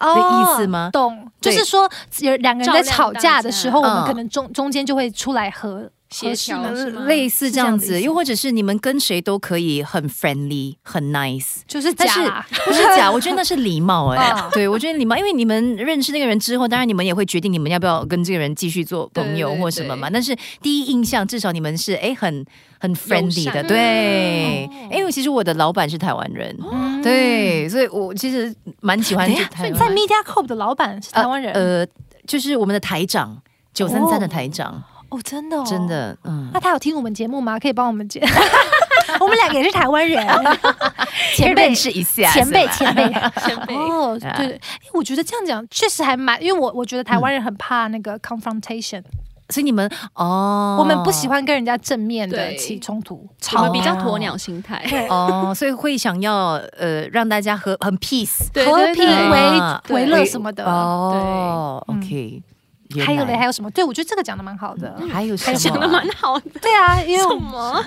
[SPEAKER 2] 哦
[SPEAKER 3] 的意思吗
[SPEAKER 2] 懂，就
[SPEAKER 3] 对嗯
[SPEAKER 2] 是说有两个人在吵架的时候，
[SPEAKER 1] 照
[SPEAKER 2] 我
[SPEAKER 3] 亮大家
[SPEAKER 2] 们可能中中间就会出来和
[SPEAKER 1] 协调
[SPEAKER 2] 合适
[SPEAKER 1] 是
[SPEAKER 2] 吗
[SPEAKER 1] 吗？
[SPEAKER 3] 类似这
[SPEAKER 2] 是这样的
[SPEAKER 3] 样子，
[SPEAKER 2] 意思
[SPEAKER 3] 又或者是你们跟谁都可以很 friendly、很 nice，
[SPEAKER 2] 就是
[SPEAKER 3] 但
[SPEAKER 2] 假
[SPEAKER 3] 是
[SPEAKER 2] 啦，
[SPEAKER 3] 不是假，我觉得那是礼貌哎、
[SPEAKER 2] 哦
[SPEAKER 3] 对我觉得礼貌，因为你们认识那个人之后，当然你们也会决定你们要不要跟这个人继续做朋友
[SPEAKER 1] 对对
[SPEAKER 3] 或什么嘛。但是第一印象，至少你们是哎、很很 friendly 的，
[SPEAKER 1] 友善
[SPEAKER 3] 对。
[SPEAKER 2] 哦
[SPEAKER 1] 嗯
[SPEAKER 3] 因为其实我的老板是台湾人，
[SPEAKER 2] 嗯，
[SPEAKER 3] 对，所以我其实蛮喜欢
[SPEAKER 2] 等一
[SPEAKER 3] 去
[SPEAKER 2] 下，所以
[SPEAKER 3] 台
[SPEAKER 2] 你在
[SPEAKER 3] 湾。
[SPEAKER 2] Media Corp 的老板是台湾人
[SPEAKER 3] 呃，就是我们的台长。九三三的台长，
[SPEAKER 2] 哦，真的哦，
[SPEAKER 3] 真。的，嗯
[SPEAKER 2] 那，他有听我们节目吗？可以帮我们解。 我们两个也是台湾人，前辈
[SPEAKER 3] 认识一下，
[SPEAKER 2] 前辈
[SPEAKER 3] 是吧
[SPEAKER 2] 前辈。
[SPEAKER 1] 前辈
[SPEAKER 2] 哦，
[SPEAKER 3] 啊
[SPEAKER 2] 对，诶我觉得这样讲确实还蛮，因为我我觉得台湾人很怕那个 confrontation，
[SPEAKER 3] 所以你们哦，
[SPEAKER 2] 我们不喜欢跟人家正面的
[SPEAKER 1] 对
[SPEAKER 2] 起冲突，
[SPEAKER 1] 我
[SPEAKER 2] 吵
[SPEAKER 1] 们比较鸵鸟心态，
[SPEAKER 2] 对
[SPEAKER 3] 哦， 所以会想要呃让大家和很 peace
[SPEAKER 1] 对
[SPEAKER 2] 和
[SPEAKER 1] 对
[SPEAKER 2] 平
[SPEAKER 1] 对
[SPEAKER 2] 为
[SPEAKER 3] 啊
[SPEAKER 2] 为乐什么的。
[SPEAKER 3] 哦
[SPEAKER 2] 对嗯
[SPEAKER 3] ，OK，原
[SPEAKER 2] 还有嘞，
[SPEAKER 3] 来
[SPEAKER 2] 还有什么？对我觉得这个讲的蛮好的。
[SPEAKER 3] 还有什
[SPEAKER 1] 讲的
[SPEAKER 3] 么啊
[SPEAKER 1] 蛮？好的。
[SPEAKER 2] 对啊，因为
[SPEAKER 1] 什
[SPEAKER 2] 我
[SPEAKER 1] 么？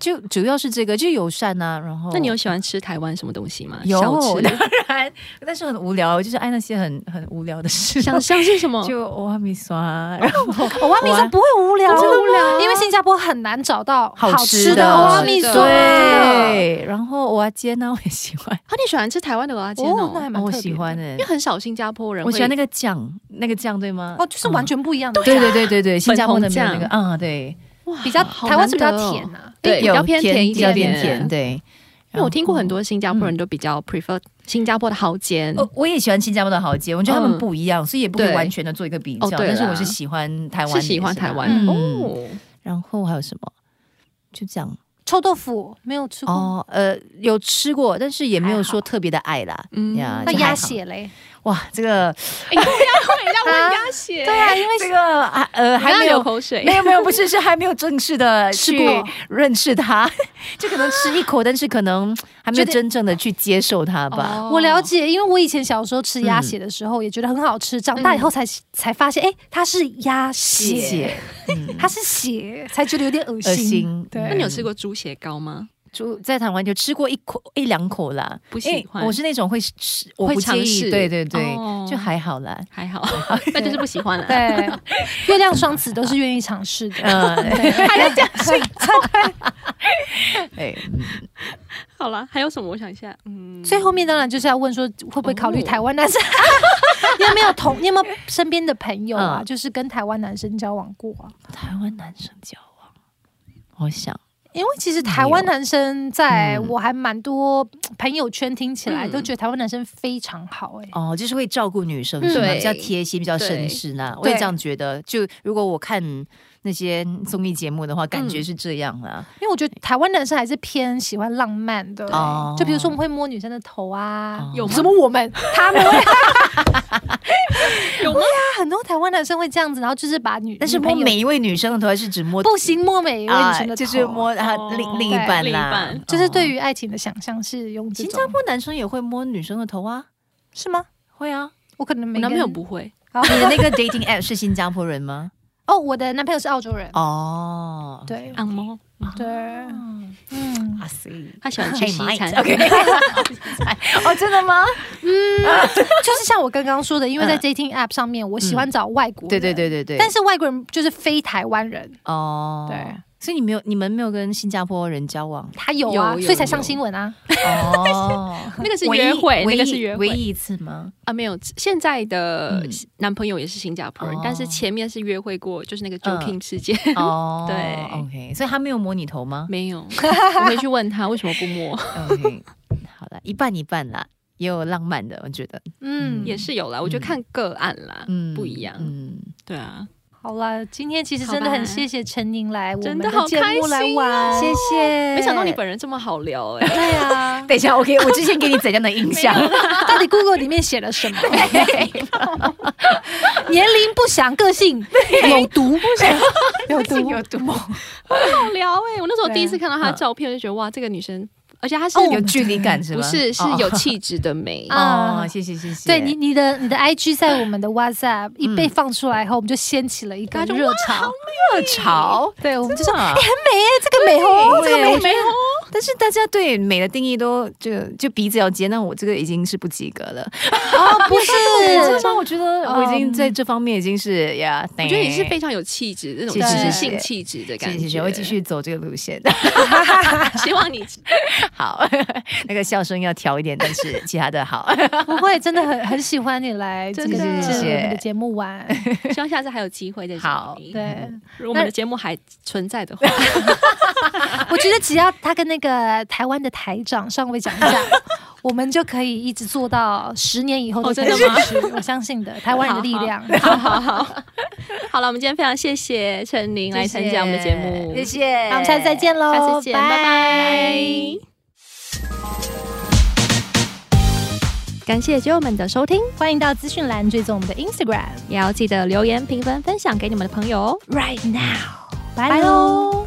[SPEAKER 3] 就主要是这个，就友善呐，然后
[SPEAKER 1] 那你有喜欢吃台湾什么东西吗？
[SPEAKER 3] 有
[SPEAKER 1] 小
[SPEAKER 3] 当
[SPEAKER 1] 吃，
[SPEAKER 3] 然， 但是很无聊，就是爱那些很很无聊的事，
[SPEAKER 1] 想像 是什么？
[SPEAKER 3] 就哦哇米刷，然后
[SPEAKER 2] 我挖米
[SPEAKER 3] 啊
[SPEAKER 2] 酸不会无聊，
[SPEAKER 1] 不会无聊
[SPEAKER 2] 因为新加坡很很难找到
[SPEAKER 3] 好
[SPEAKER 2] 吃
[SPEAKER 3] 吃的
[SPEAKER 2] 挖米
[SPEAKER 1] 对
[SPEAKER 2] 酸。啊
[SPEAKER 3] 对，然后娃煎呢我也喜欢，
[SPEAKER 1] 啊，你喜欢吃台湾的蚵仔煎
[SPEAKER 2] 哦，那还
[SPEAKER 1] 哦？
[SPEAKER 2] 蛮
[SPEAKER 3] 我
[SPEAKER 2] 特别
[SPEAKER 3] 喜
[SPEAKER 2] 的
[SPEAKER 3] 欢哎
[SPEAKER 1] 因为，很少新加坡人会，
[SPEAKER 3] 我喜欢那个酱，那个酱对吗？
[SPEAKER 2] 哦，就是完全不一样的
[SPEAKER 3] 嗯。对对对对对，新加坡的
[SPEAKER 1] 粉红
[SPEAKER 3] 没有那个
[SPEAKER 1] 酱
[SPEAKER 3] 啊，对，
[SPEAKER 1] 哇
[SPEAKER 2] 比较
[SPEAKER 1] 好
[SPEAKER 2] 台湾是比较
[SPEAKER 1] 难得哦
[SPEAKER 2] 甜呐、啊，
[SPEAKER 1] 对比较偏甜一
[SPEAKER 3] 哎比较
[SPEAKER 1] 点
[SPEAKER 3] 偏
[SPEAKER 1] 点
[SPEAKER 3] 甜，对。
[SPEAKER 1] 因为我听过
[SPEAKER 3] 然后
[SPEAKER 1] 很多新加坡人都比较 prefer 新加坡的蚝煎，
[SPEAKER 3] 我我也喜欢新加坡的豪杰，我觉得他们
[SPEAKER 1] 嗯
[SPEAKER 3] 不一样，所以也不可以
[SPEAKER 1] 对
[SPEAKER 3] 完全的做一个比较。
[SPEAKER 1] 哦对啦
[SPEAKER 3] 但是我是喜欢台湾的，
[SPEAKER 1] 是喜欢台湾
[SPEAKER 3] 是吧嗯，
[SPEAKER 1] 哦。
[SPEAKER 3] 然后还有什么？就这样
[SPEAKER 2] 臭豆腐没有吃过，
[SPEAKER 3] 哦，呃，有吃过，但是也没有
[SPEAKER 2] 还
[SPEAKER 3] 说特别的爱啦。
[SPEAKER 1] 嗯
[SPEAKER 3] 呀
[SPEAKER 2] 那
[SPEAKER 3] 就
[SPEAKER 2] 鸭
[SPEAKER 3] 还好
[SPEAKER 2] 血嘞？
[SPEAKER 3] 哇，这个
[SPEAKER 1] 让我鸭血，对啊，
[SPEAKER 3] 因为这个啊呃还
[SPEAKER 1] 还
[SPEAKER 3] 没
[SPEAKER 1] 流
[SPEAKER 3] 有
[SPEAKER 1] 口水
[SPEAKER 3] 没。有没有，不是是还没有正式的
[SPEAKER 2] 吃
[SPEAKER 3] 去
[SPEAKER 2] 过
[SPEAKER 3] 认 识它，就可能吃一口，但是可能还没
[SPEAKER 2] 觉
[SPEAKER 3] 有
[SPEAKER 2] 得
[SPEAKER 3] 真正的去接受它吧。
[SPEAKER 1] 哦
[SPEAKER 2] 我了解，因为我以前小时候吃鸭血的时候也觉得很好吃，长大以后才才发现，哎、它是鸭血，
[SPEAKER 3] 谢，嗯
[SPEAKER 2] 它是血，才觉得有点恶心。
[SPEAKER 3] 恶心
[SPEAKER 2] 对
[SPEAKER 1] 那你有吃过猪血糕吗？
[SPEAKER 3] 就在台湾就吃过一口一两口啦，
[SPEAKER 1] 不喜欢
[SPEAKER 3] 因为我是那种会吃，我
[SPEAKER 1] 会
[SPEAKER 3] 不介
[SPEAKER 1] 尝
[SPEAKER 3] 意，
[SPEAKER 1] 试
[SPEAKER 3] 对对对，
[SPEAKER 1] 哦
[SPEAKER 3] 就还好 啦。
[SPEAKER 1] 还好，那就是不喜欢了。
[SPEAKER 2] 对，月亮双子都是愿意尝试的。
[SPEAKER 3] 嗯，
[SPEAKER 2] 还在讲星
[SPEAKER 3] 哎，
[SPEAKER 1] 好了，还有什么？我想一下，嗯，
[SPEAKER 2] 最后面当然就是要问说，会不会考虑台湾男生？ 你有没有同？你有没有身边的朋友啊？
[SPEAKER 3] 嗯
[SPEAKER 2] 就是跟台湾男生交往过啊？
[SPEAKER 3] 台湾男生交往，我想
[SPEAKER 2] 因为其实台湾男生在
[SPEAKER 3] 嗯
[SPEAKER 2] 我还蛮多朋友圈听起来
[SPEAKER 1] 嗯
[SPEAKER 2] 都觉得台湾男生非常好哎、
[SPEAKER 3] 哦，就是会照顾女生
[SPEAKER 2] 嗯
[SPEAKER 3] 是吗？
[SPEAKER 1] 对
[SPEAKER 3] 比较贴心，比较绅士啦，我也这样觉得。就如果我看那些综艺节目的话，感
[SPEAKER 2] 嗯
[SPEAKER 3] 觉是这样啦。
[SPEAKER 2] 因为我觉得台湾男生还是偏喜欢浪漫的，
[SPEAKER 3] 哦
[SPEAKER 2] 就比如说我们会摸女生的头啊
[SPEAKER 3] 哦，
[SPEAKER 1] 有吗
[SPEAKER 2] 什么我 们他们会
[SPEAKER 1] 有吗？
[SPEAKER 2] 啊很多台湾男生会这样子，然后就是把女
[SPEAKER 3] 但是
[SPEAKER 2] 女
[SPEAKER 3] 摸
[SPEAKER 2] 朋友
[SPEAKER 3] 每一位女生的头，还是只摸
[SPEAKER 2] 不行摸每一位女生的头，
[SPEAKER 3] 就是摸啊
[SPEAKER 1] 哦
[SPEAKER 3] 另另一
[SPEAKER 1] 对
[SPEAKER 3] 半
[SPEAKER 1] 另一
[SPEAKER 3] 啦
[SPEAKER 1] 半，
[SPEAKER 2] 就是对
[SPEAKER 3] 于
[SPEAKER 2] 于爱情的想象是用哦这
[SPEAKER 3] 新
[SPEAKER 2] 种
[SPEAKER 3] 加坡男生也会摸女生的头啊，
[SPEAKER 2] 是吗？
[SPEAKER 3] 会啊。
[SPEAKER 2] 我可能没
[SPEAKER 1] 我男朋友
[SPEAKER 2] 跟
[SPEAKER 1] 不会，
[SPEAKER 2] 好
[SPEAKER 3] 你的那个 dating app 是新加坡人吗？
[SPEAKER 2] 哦，我的男朋友是澳洲人，
[SPEAKER 3] 哦，
[SPEAKER 2] 对
[SPEAKER 1] 按摩，
[SPEAKER 2] 对，嗯，
[SPEAKER 3] 啊塞，
[SPEAKER 1] 他喜欢吃西餐。
[SPEAKER 3] OK，哦，真的吗？
[SPEAKER 2] 就是像我刚刚说的，因为在 dating app 上面，我喜欢找外国人，
[SPEAKER 3] 嗯对对对对对，
[SPEAKER 2] 但是外国人就是非台湾人，
[SPEAKER 3] 哦，
[SPEAKER 2] 对，
[SPEAKER 3] 所以你没有，你们没有跟新加坡人 交往
[SPEAKER 2] 他有
[SPEAKER 1] 有
[SPEAKER 2] 啊，
[SPEAKER 1] 有
[SPEAKER 2] 所以才上
[SPEAKER 1] 有
[SPEAKER 2] 新闻啊。
[SPEAKER 3] 哦。
[SPEAKER 1] 那个是
[SPEAKER 3] 唯一
[SPEAKER 1] 约会，
[SPEAKER 3] 唯
[SPEAKER 1] 那
[SPEAKER 3] 一
[SPEAKER 1] 个是约
[SPEAKER 3] 唯
[SPEAKER 1] 会
[SPEAKER 3] 一一次 吗？
[SPEAKER 1] 啊，没有。现在的
[SPEAKER 3] 嗯
[SPEAKER 1] 男朋友也是新加坡人
[SPEAKER 3] 哦，
[SPEAKER 1] 但是前面是约会过，就是那个 joking
[SPEAKER 3] 嗯
[SPEAKER 1] 事 件，
[SPEAKER 3] 哦，
[SPEAKER 1] 对
[SPEAKER 3] ，OK，所以他没有摸你头 吗
[SPEAKER 1] 没 有。我回去问他为什么不摸，
[SPEAKER 3] ？OK，好了，一半一半啦，也有浪漫的，我觉得，
[SPEAKER 2] 嗯，
[SPEAKER 1] 也是有啦。我就看个案啦，
[SPEAKER 3] 嗯，
[SPEAKER 1] 不一样。
[SPEAKER 3] 嗯，
[SPEAKER 1] 对啊，
[SPEAKER 2] 好了，今天其实
[SPEAKER 1] 好
[SPEAKER 2] 真的很
[SPEAKER 1] 吧
[SPEAKER 2] 谢谢陈宁来我们
[SPEAKER 1] 真的
[SPEAKER 2] 的
[SPEAKER 1] 好
[SPEAKER 2] 节目
[SPEAKER 1] 开
[SPEAKER 2] 来
[SPEAKER 1] 心哦
[SPEAKER 2] 玩，
[SPEAKER 3] 谢谢。
[SPEAKER 1] 没想到你本人这么好聊哎。
[SPEAKER 2] 对啊，
[SPEAKER 3] 等一下，OK，我之前给你怎样的印 象？
[SPEAKER 2] 到底 Google 里面写 了什么？年龄不详，个性有毒，不详，有毒，有毒。
[SPEAKER 1] 好聊哎、我那时候
[SPEAKER 2] 对
[SPEAKER 1] 第一次看到她的照片，我就觉得哇，这个女生，而且她是
[SPEAKER 2] 哦
[SPEAKER 1] 有、
[SPEAKER 3] 有距离感是吗？
[SPEAKER 1] 不是是
[SPEAKER 3] 哦
[SPEAKER 1] 有气质的 美。
[SPEAKER 2] 啊
[SPEAKER 3] 哦，谢谢谢谢。
[SPEAKER 2] 对你，你的你的 IG 在我们的
[SPEAKER 1] 嗯
[SPEAKER 2] WhatsApp 一被放出来后，我们就掀起了一个
[SPEAKER 1] 大家就
[SPEAKER 2] 热潮。
[SPEAKER 3] 热潮，
[SPEAKER 2] 对， 我们就说
[SPEAKER 3] 真的啊
[SPEAKER 2] 哎，很美耶，这个美哦，这个美
[SPEAKER 1] 没有，
[SPEAKER 3] 但是大家对美的定义都就就鼻子要尖，那我这个已经是不及格了。
[SPEAKER 2] 哦，不是，
[SPEAKER 3] 这我觉得我已经在这方面已经是呀，我
[SPEAKER 1] 我觉得你是非常有气质，那种
[SPEAKER 3] 谢谢
[SPEAKER 1] 知
[SPEAKER 3] 谢
[SPEAKER 1] 性
[SPEAKER 3] 谢
[SPEAKER 1] 气质的感
[SPEAKER 3] 谢
[SPEAKER 1] 觉。
[SPEAKER 3] 谢谢，我会继，续走这个路线。
[SPEAKER 1] 希望你
[SPEAKER 3] 好， 那个笑声要调一点，但是其他的好。
[SPEAKER 2] 不会，真的很很喜欢你来这
[SPEAKER 1] 哦真的
[SPEAKER 2] 个
[SPEAKER 1] 谢
[SPEAKER 2] 这
[SPEAKER 1] 谢
[SPEAKER 2] 我们的节目玩。
[SPEAKER 1] 希望下次还有机会再找
[SPEAKER 3] 好
[SPEAKER 1] 你。
[SPEAKER 2] 对，
[SPEAKER 1] 如果我们的节目还存在 的话，
[SPEAKER 2] 我觉得只要他跟那个台湾的台长上 位讲一下，我们就可以一直做到十年以后都
[SPEAKER 1] 哦真
[SPEAKER 2] 在
[SPEAKER 1] 的
[SPEAKER 2] 持续。我相信的，台湾人的力量。
[SPEAKER 1] 好好好，好了，我们今天非常谢谢陈宁来参加我们的节目，
[SPEAKER 3] 谢谢，
[SPEAKER 2] 那我们下次再，见喽，
[SPEAKER 1] 下次见，拜拜。感谢酒友们的收听，
[SPEAKER 2] 欢迎到资讯栏追踪我们的 Instagram
[SPEAKER 1] 也要记得留言、评分、分享给你们的朋友哦。
[SPEAKER 2] right now，拜
[SPEAKER 1] 拜
[SPEAKER 2] 喽。